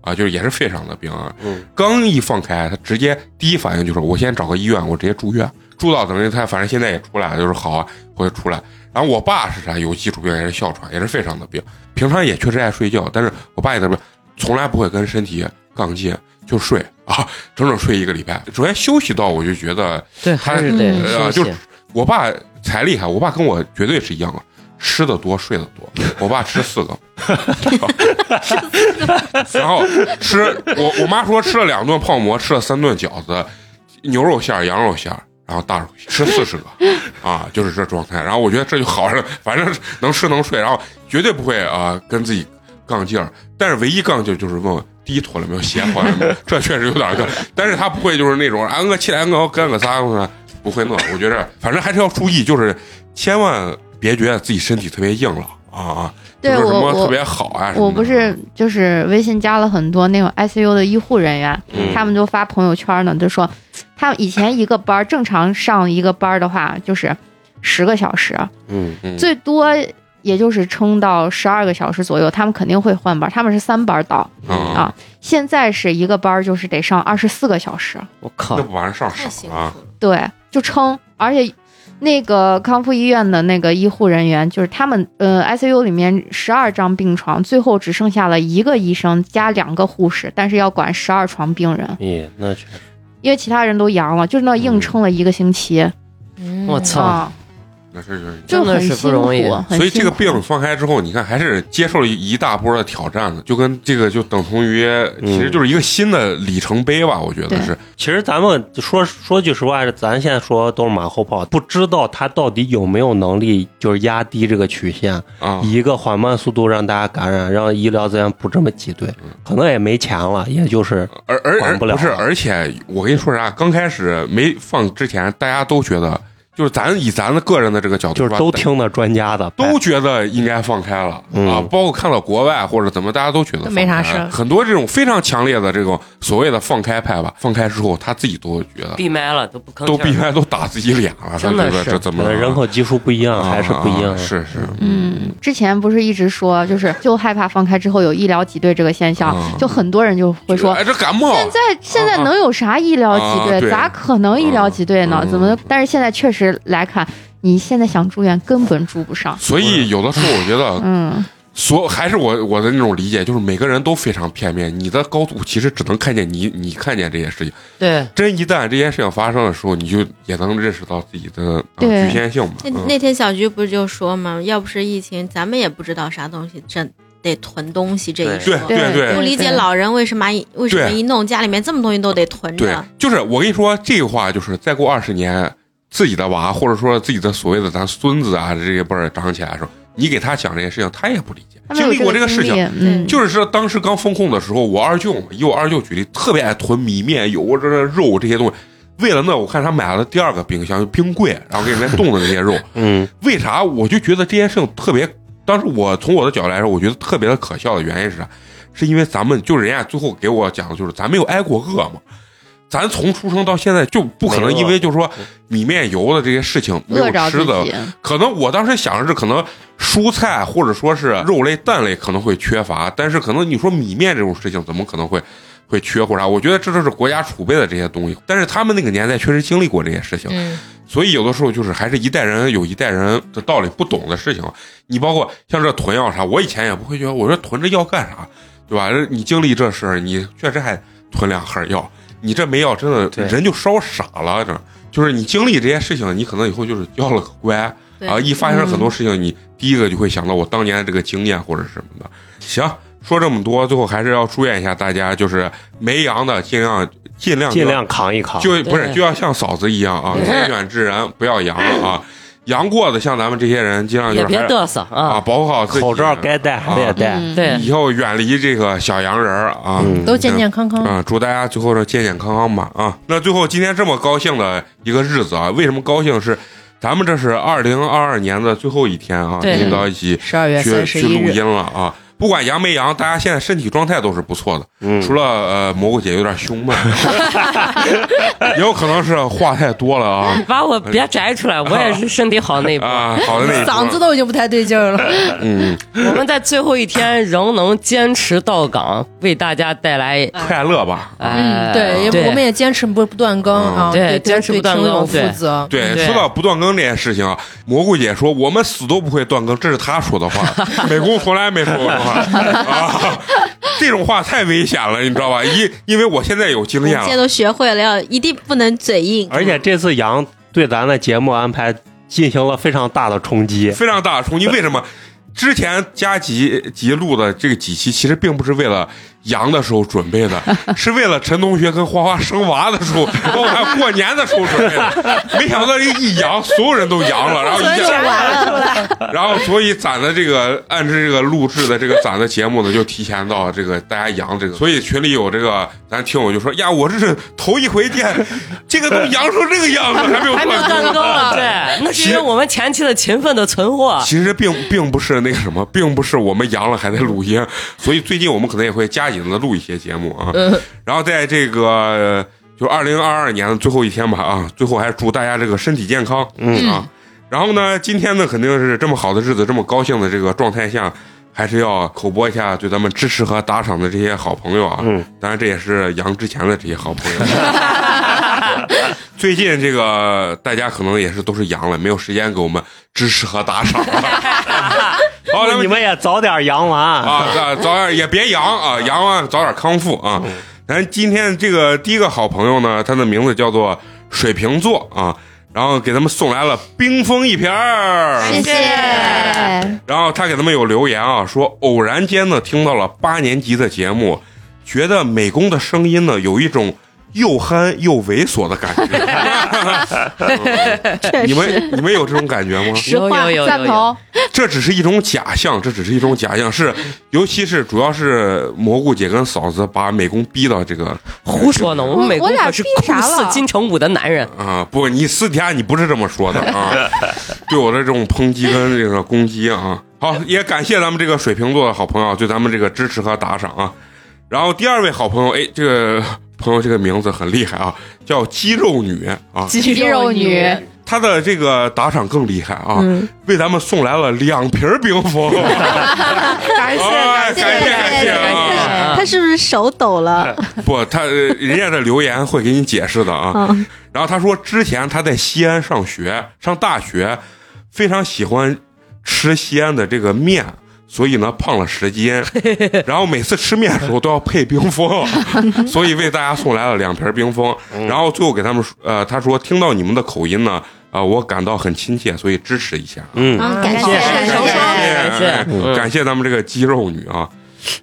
啊，就是也是肺上的病啊，
嗯，
刚一放开，他直接第一反应就是我先找个医院，我直接住院，住到等于他反正现在也出来了，就是好啊，我就出来。然后我爸是啥？有基础病，也是哮喘，也是肺上的病，平常也确实爱睡觉，但是我爸也怎么从来不会跟身体杠劲，就睡啊， 整整睡一个礼拜。首先休息到，我就觉得
对，还是得
嗯
休
就是
息。
我爸才厉害，我爸跟我绝对是一样的，吃的多，睡得 多。我爸 吃四个，然后吃我我妈说吃了两顿泡馍，吃了三顿饺子，牛肉馅儿、羊肉馅儿，然后大肉馅儿吃四十个啊，就是这状态。然后我觉得这就好了，反正能吃能睡，然后绝对不会啊、跟自己杠劲儿。但是唯一杠劲儿就是问我第一妥了没有，鞋好了没有，这确实有点儿杠。但是他不会就是那种俺个七俺个干个啥个，不会那。 我觉着反正还是要注意，就是千万别觉得自己身体特别硬朗啊啊，
对
就是什
我
么
我
特别好啊什么的
我不是就是微信加了很多那种 ICU 的医护人员，
嗯
他们就发朋友圈呢，就说他们以前一个班儿正常上一个班儿的话就是十个小时，
嗯，
嗯
最多也就是撑到十二个小时左右，他们肯定会换班儿，他们是三班儿倒。
啊
啊，现在是一个班儿就是得上二十四个小时，
我
那
靠，
不完上
太
少
辛
了
苦
啊。
了，
对，就撑，而且。那个康复医院的那个医护人员，就是他们，呃，ICU 里面十二张病床，最后只剩下了一个医生加两个护士，但是要管十二床病人，
咦，那确实
因为其他人都阳了，就是那硬撑了一个星期、
嗯
我嗯操
啊，
那是就是
就
真的
很
是不
辛苦
容易，
很
所以这个
辛苦
病放开之后，你看还是接受了一大波的挑战的，就跟这个就等同于，其实就是一个新的里程碑吧，我觉得
嗯对
是。
其实咱们说说句实话，咱现在说都是马后炮，不知道他到底有没有能力，就是压低这个曲线，
啊，
以一个缓慢速度让大家感染，让医疗资源不这么挤兑，
嗯
可能也没钱了，也就是
而而而
管不了
是，而且我跟你说啥，刚开始没放之前，大家都觉得就是咱以咱的个人的这个角度
就是
说，
都听了专家的，
都觉得应该放开了、
哎嗯
啊，包括看到国外或者怎么，大家都觉得放开
没啥事儿
很多这种非常强烈的这种所谓的放开派吧，放开之后他自己都觉得
闭麦了都不吭气儿
都避开都打自己脸了，
真的
他觉得
是
这怎么
呃
了
人口基数不一样，
啊
还是不一
啊
样。
是是，
嗯，之前不是一直说，就是就害怕放开之后有医疗挤兑这个现象，
嗯
就很多人就会说，
哎，这感冒
现在现在能有啥医疗挤
啊
兑？
对
咋可能医疗挤兑呢？
嗯
怎么？但是现在确实来看，你现在想住院根本住不上。
所以有的时候我觉得，
嗯，
所还是我我的那种理解，就是每个人都非常片面，你的高度其实只能看见你你看见这些事情，
对，
真一旦这件事情发生的时候，你就也能认识到自己的、呃、
对
局限性嘛。
那
嗯
那天小菊不是就说嘛，要不是疫情，咱们也不知道啥东西真得囤东西这一
对
说。
对
对
不理解老人为什么一为什么
对
一弄家里面这么东西都得囤
对
着，，
就是我跟你说这个话，就是再过二十年，自己的娃或者说自己的所谓的咱孙子啊这些辈儿长起来的时候，你给他讲这些事情，他也不理解。
他们
经
有
历过啊这
这
个事情，
嗯，
就是说当时刚封控的时候，我二舅嘛以我二舅举例，特别爱囤米面、油这肉这些东西。为了那，我看他买了第二个冰箱，就冰柜，然后给里面冻的那些肉。
嗯，
为啥我就觉得这件事情特别？当时我从我的角度来说，我觉得特别的可笑的原因是啥？是因为咱们就是人家最后给我讲的就是咱没有挨过饿嘛，咱从出生到现在就不可能
没饿
因为就是说米面油的这些事情没有
嗯饿着
吃
自
的，
己。
可能我当时想的是，可能蔬菜或者说是肉类、蛋类可能会缺乏，但是可能你说米面这种事情，怎么可能会会缺或啥？我觉得这就是国家储备的这些东西。但是他们那个年代确实经历过这些事情，
嗯，
所以有的时候就是还是一代人有一代人的道理不懂的事情。你包括像这囤药啥，我以前也不会觉得，我说囤这药干啥，对吧？这你经历这事儿，你确实还囤两盒药，你这没药真的
对
人就烧傻了，这。就是你经历这些事情，你可能以后就是要了个乖，
对
啊，一发生很多事情，你第一个就会想到我当年的这个经验或者什么的。行，说这么多，最后还是要祝愿一下大家，就是没阳的尽量尽量
尽量啊扛一扛。
就不是
对
就要像嫂子一样啊，
对
长远之人不要阳了啊，阳过的像咱们这些人尽量就
也
是
别
还是
嘚瑟
啊，哎
啊，
保护好自己，
口罩该戴还
啊
得戴。
嗯，
对，
以后远离这个小洋人儿啊。
嗯
都健健康康。
啊、祝大家最后是健健康康吧啊！那最后今天这么高兴的一个日子啊，为什么高兴是？咱们这是二零二二年的最后一天啊，
对
跟到一起
十二月
去
三十
去
一
录
日，
音了啊！不管阳没阳，大家现在身体状态都是不错的，
嗯
除了呃蘑菇姐有点胸 闷，也有可能是话太多了啊
把我别摘出来，我也是身体好那一波。
啊！好的那一波
嗓子都已经不太对劲 儿了。
嗯
我们在最后一天仍能坚持到岗，为大家带来
快乐吧。
呃，
嗯对，也我们也坚持不不断更
嗯
啊，
对
对
坚持不断更
对听友负责。
对，
对
说到不断更这件事情啊，蘑菇姐说我们死都不会断更，这是她说的话，美工从来没说过这话啊，这种话太危险了，你知道吧？因因为我现在有经
我
验
们现在
了，
都学会了，要一定不能嘴硬。
而且这次杨对咱的节目安排进行了非常大的冲击。
非常大的冲击。为什么？之前加急急录的这个几期，其实并不是为了阳的时候准备的， 是为了陈同学跟花花生娃的时候，包括还有过年的时候准备 的。没想到这一阳，所有人都阳了，然后一下。
完 了，
然后，所以攒的这个按照这个录制的这个攒的节目呢，就提前到这个大家阳这个，所以群里有这个咱听友就说呀，我这是头一回见，这个都阳成这个样子，还没有
还没有
断更
断更了， 对，那是因为我们前期的勤奋的存货。
其实并并不是那个什么， 并不是我们阳了还在录音，所以最近我们可能也会加紧的录一些节目啊。然后在这个呃就二零二二年的最后一天吧啊，最后还祝大家这个身体健康，嗯啊。然后呢，今天呢肯定是这么好的日子，这么高兴的这个状态下，还是要口播一下对咱们支持和打赏的这些好朋友啊。
嗯，
当然这也是阳之前的这些好朋友。啊最近这个大家可能也是都是阳了，没有时间给我们支持和打赏。好，咱
你
们
们也早点阳完。
啊，早早点也别阳啊，阳完早点康复啊。咱今天这个第一个好朋友呢，他的名字叫做水瓶座啊，然后给咱们送来了冰封一瓶儿，
谢谢。哎
然后他给他们有留言啊，说偶然间呢听到了八年级的节目，觉得美工的声音呢有一种又憨又猥琐的感觉。嗯
确
你
实，
们你们有这种感觉吗？
实
有有
话
有有
赞同，
这只是一种假象，这只是一种假象，是尤其是主要是蘑菇姐跟嫂子把美工逼到这个
胡说呢！我们美国
我俩
可是
逼啥
酷似
了
金城武的男人，
啊、不，你私底下你不是这么说的啊，对我的这种抨击跟这个攻击啊，好，也感谢咱们这个水瓶座的好朋友对咱们这个支持和打赏啊。然后第二位好朋友，哎，这个朋友这个名字很厉害啊，叫肌肉女啊，
肌
肌肉女，
她的这个打赏更厉害啊，
嗯，
为咱们送来了两瓶冰峰，
感
哎
谢
感谢感谢啊！
啊
他是不是手抖了？
不，他人家的留言会给你解释的啊。
嗯
然后他说，之前他在西安上学，上大学，非常喜欢吃西安的这个面，所以呢胖了十斤。然后每次吃面的时候都要配冰峰，所以为大家送来了两瓶冰峰。然后最后给他们说，呃，他说听到你们的口音呢，啊、我感到很亲切，所以支持一下。
嗯，
嗯，感
感谢
感
感谢
感
感
谢感谢咱们这个肌肉女啊，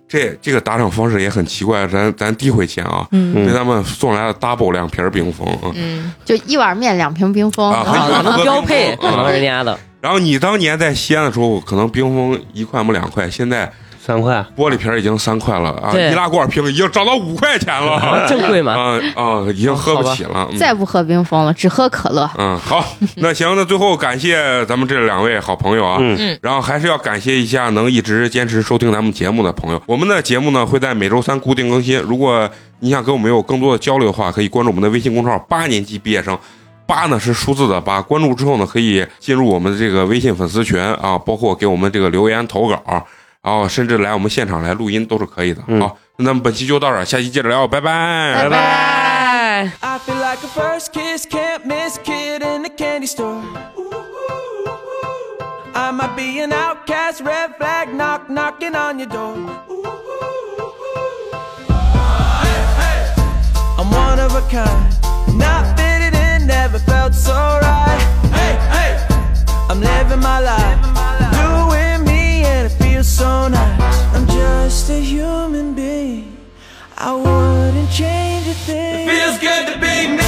这这个打赏方式也很奇怪，咱咱诋毁钱啊，
嗯
给他们送来了 double 两瓶冰峰啊。
嗯，就一碗面两瓶冰峰，
啊
啊，咱们标 配，可
嗯
能人家的
然后你当年在西安的时候，可能冰峰一块么两块，现在
三块，
玻璃瓶已经三块了啊，
对
易拉罐瓶已经涨到五块钱了
正贵嘛。
啊啊，已经喝不起了。嗯
再不喝冰峰了，只喝可乐。
嗯，好，那行，那最后感谢咱们这两位好朋友啊，
嗯
嗯，然后还是要感谢一下能一直坚持收听咱们节目的朋友。我们的节目呢会在每周三固定更新，如果你想跟我们有更多的交流的话，可以关注我们的微信公众号“八年级毕业生”。八呢是数字的八，关注之后呢，可以进入我们的这个微信粉丝群啊，包括给我们这个留言投稿，然后甚至来我们现场来录音都是可以的。
嗯
好，那咱们本期就到这儿，下期接着聊，拜拜，
拜拜。
I feel like a first kiss, can't miss kid in the candy store. I might be an outcast, red flag, knock, knocking on your door. I'm one of a kind, not fitted in, never felt so right. Hey, hey, I'm living my life, doing me, and it feels so nice. I'm just a human being, I wouldn't change a thing. It feels good to be me.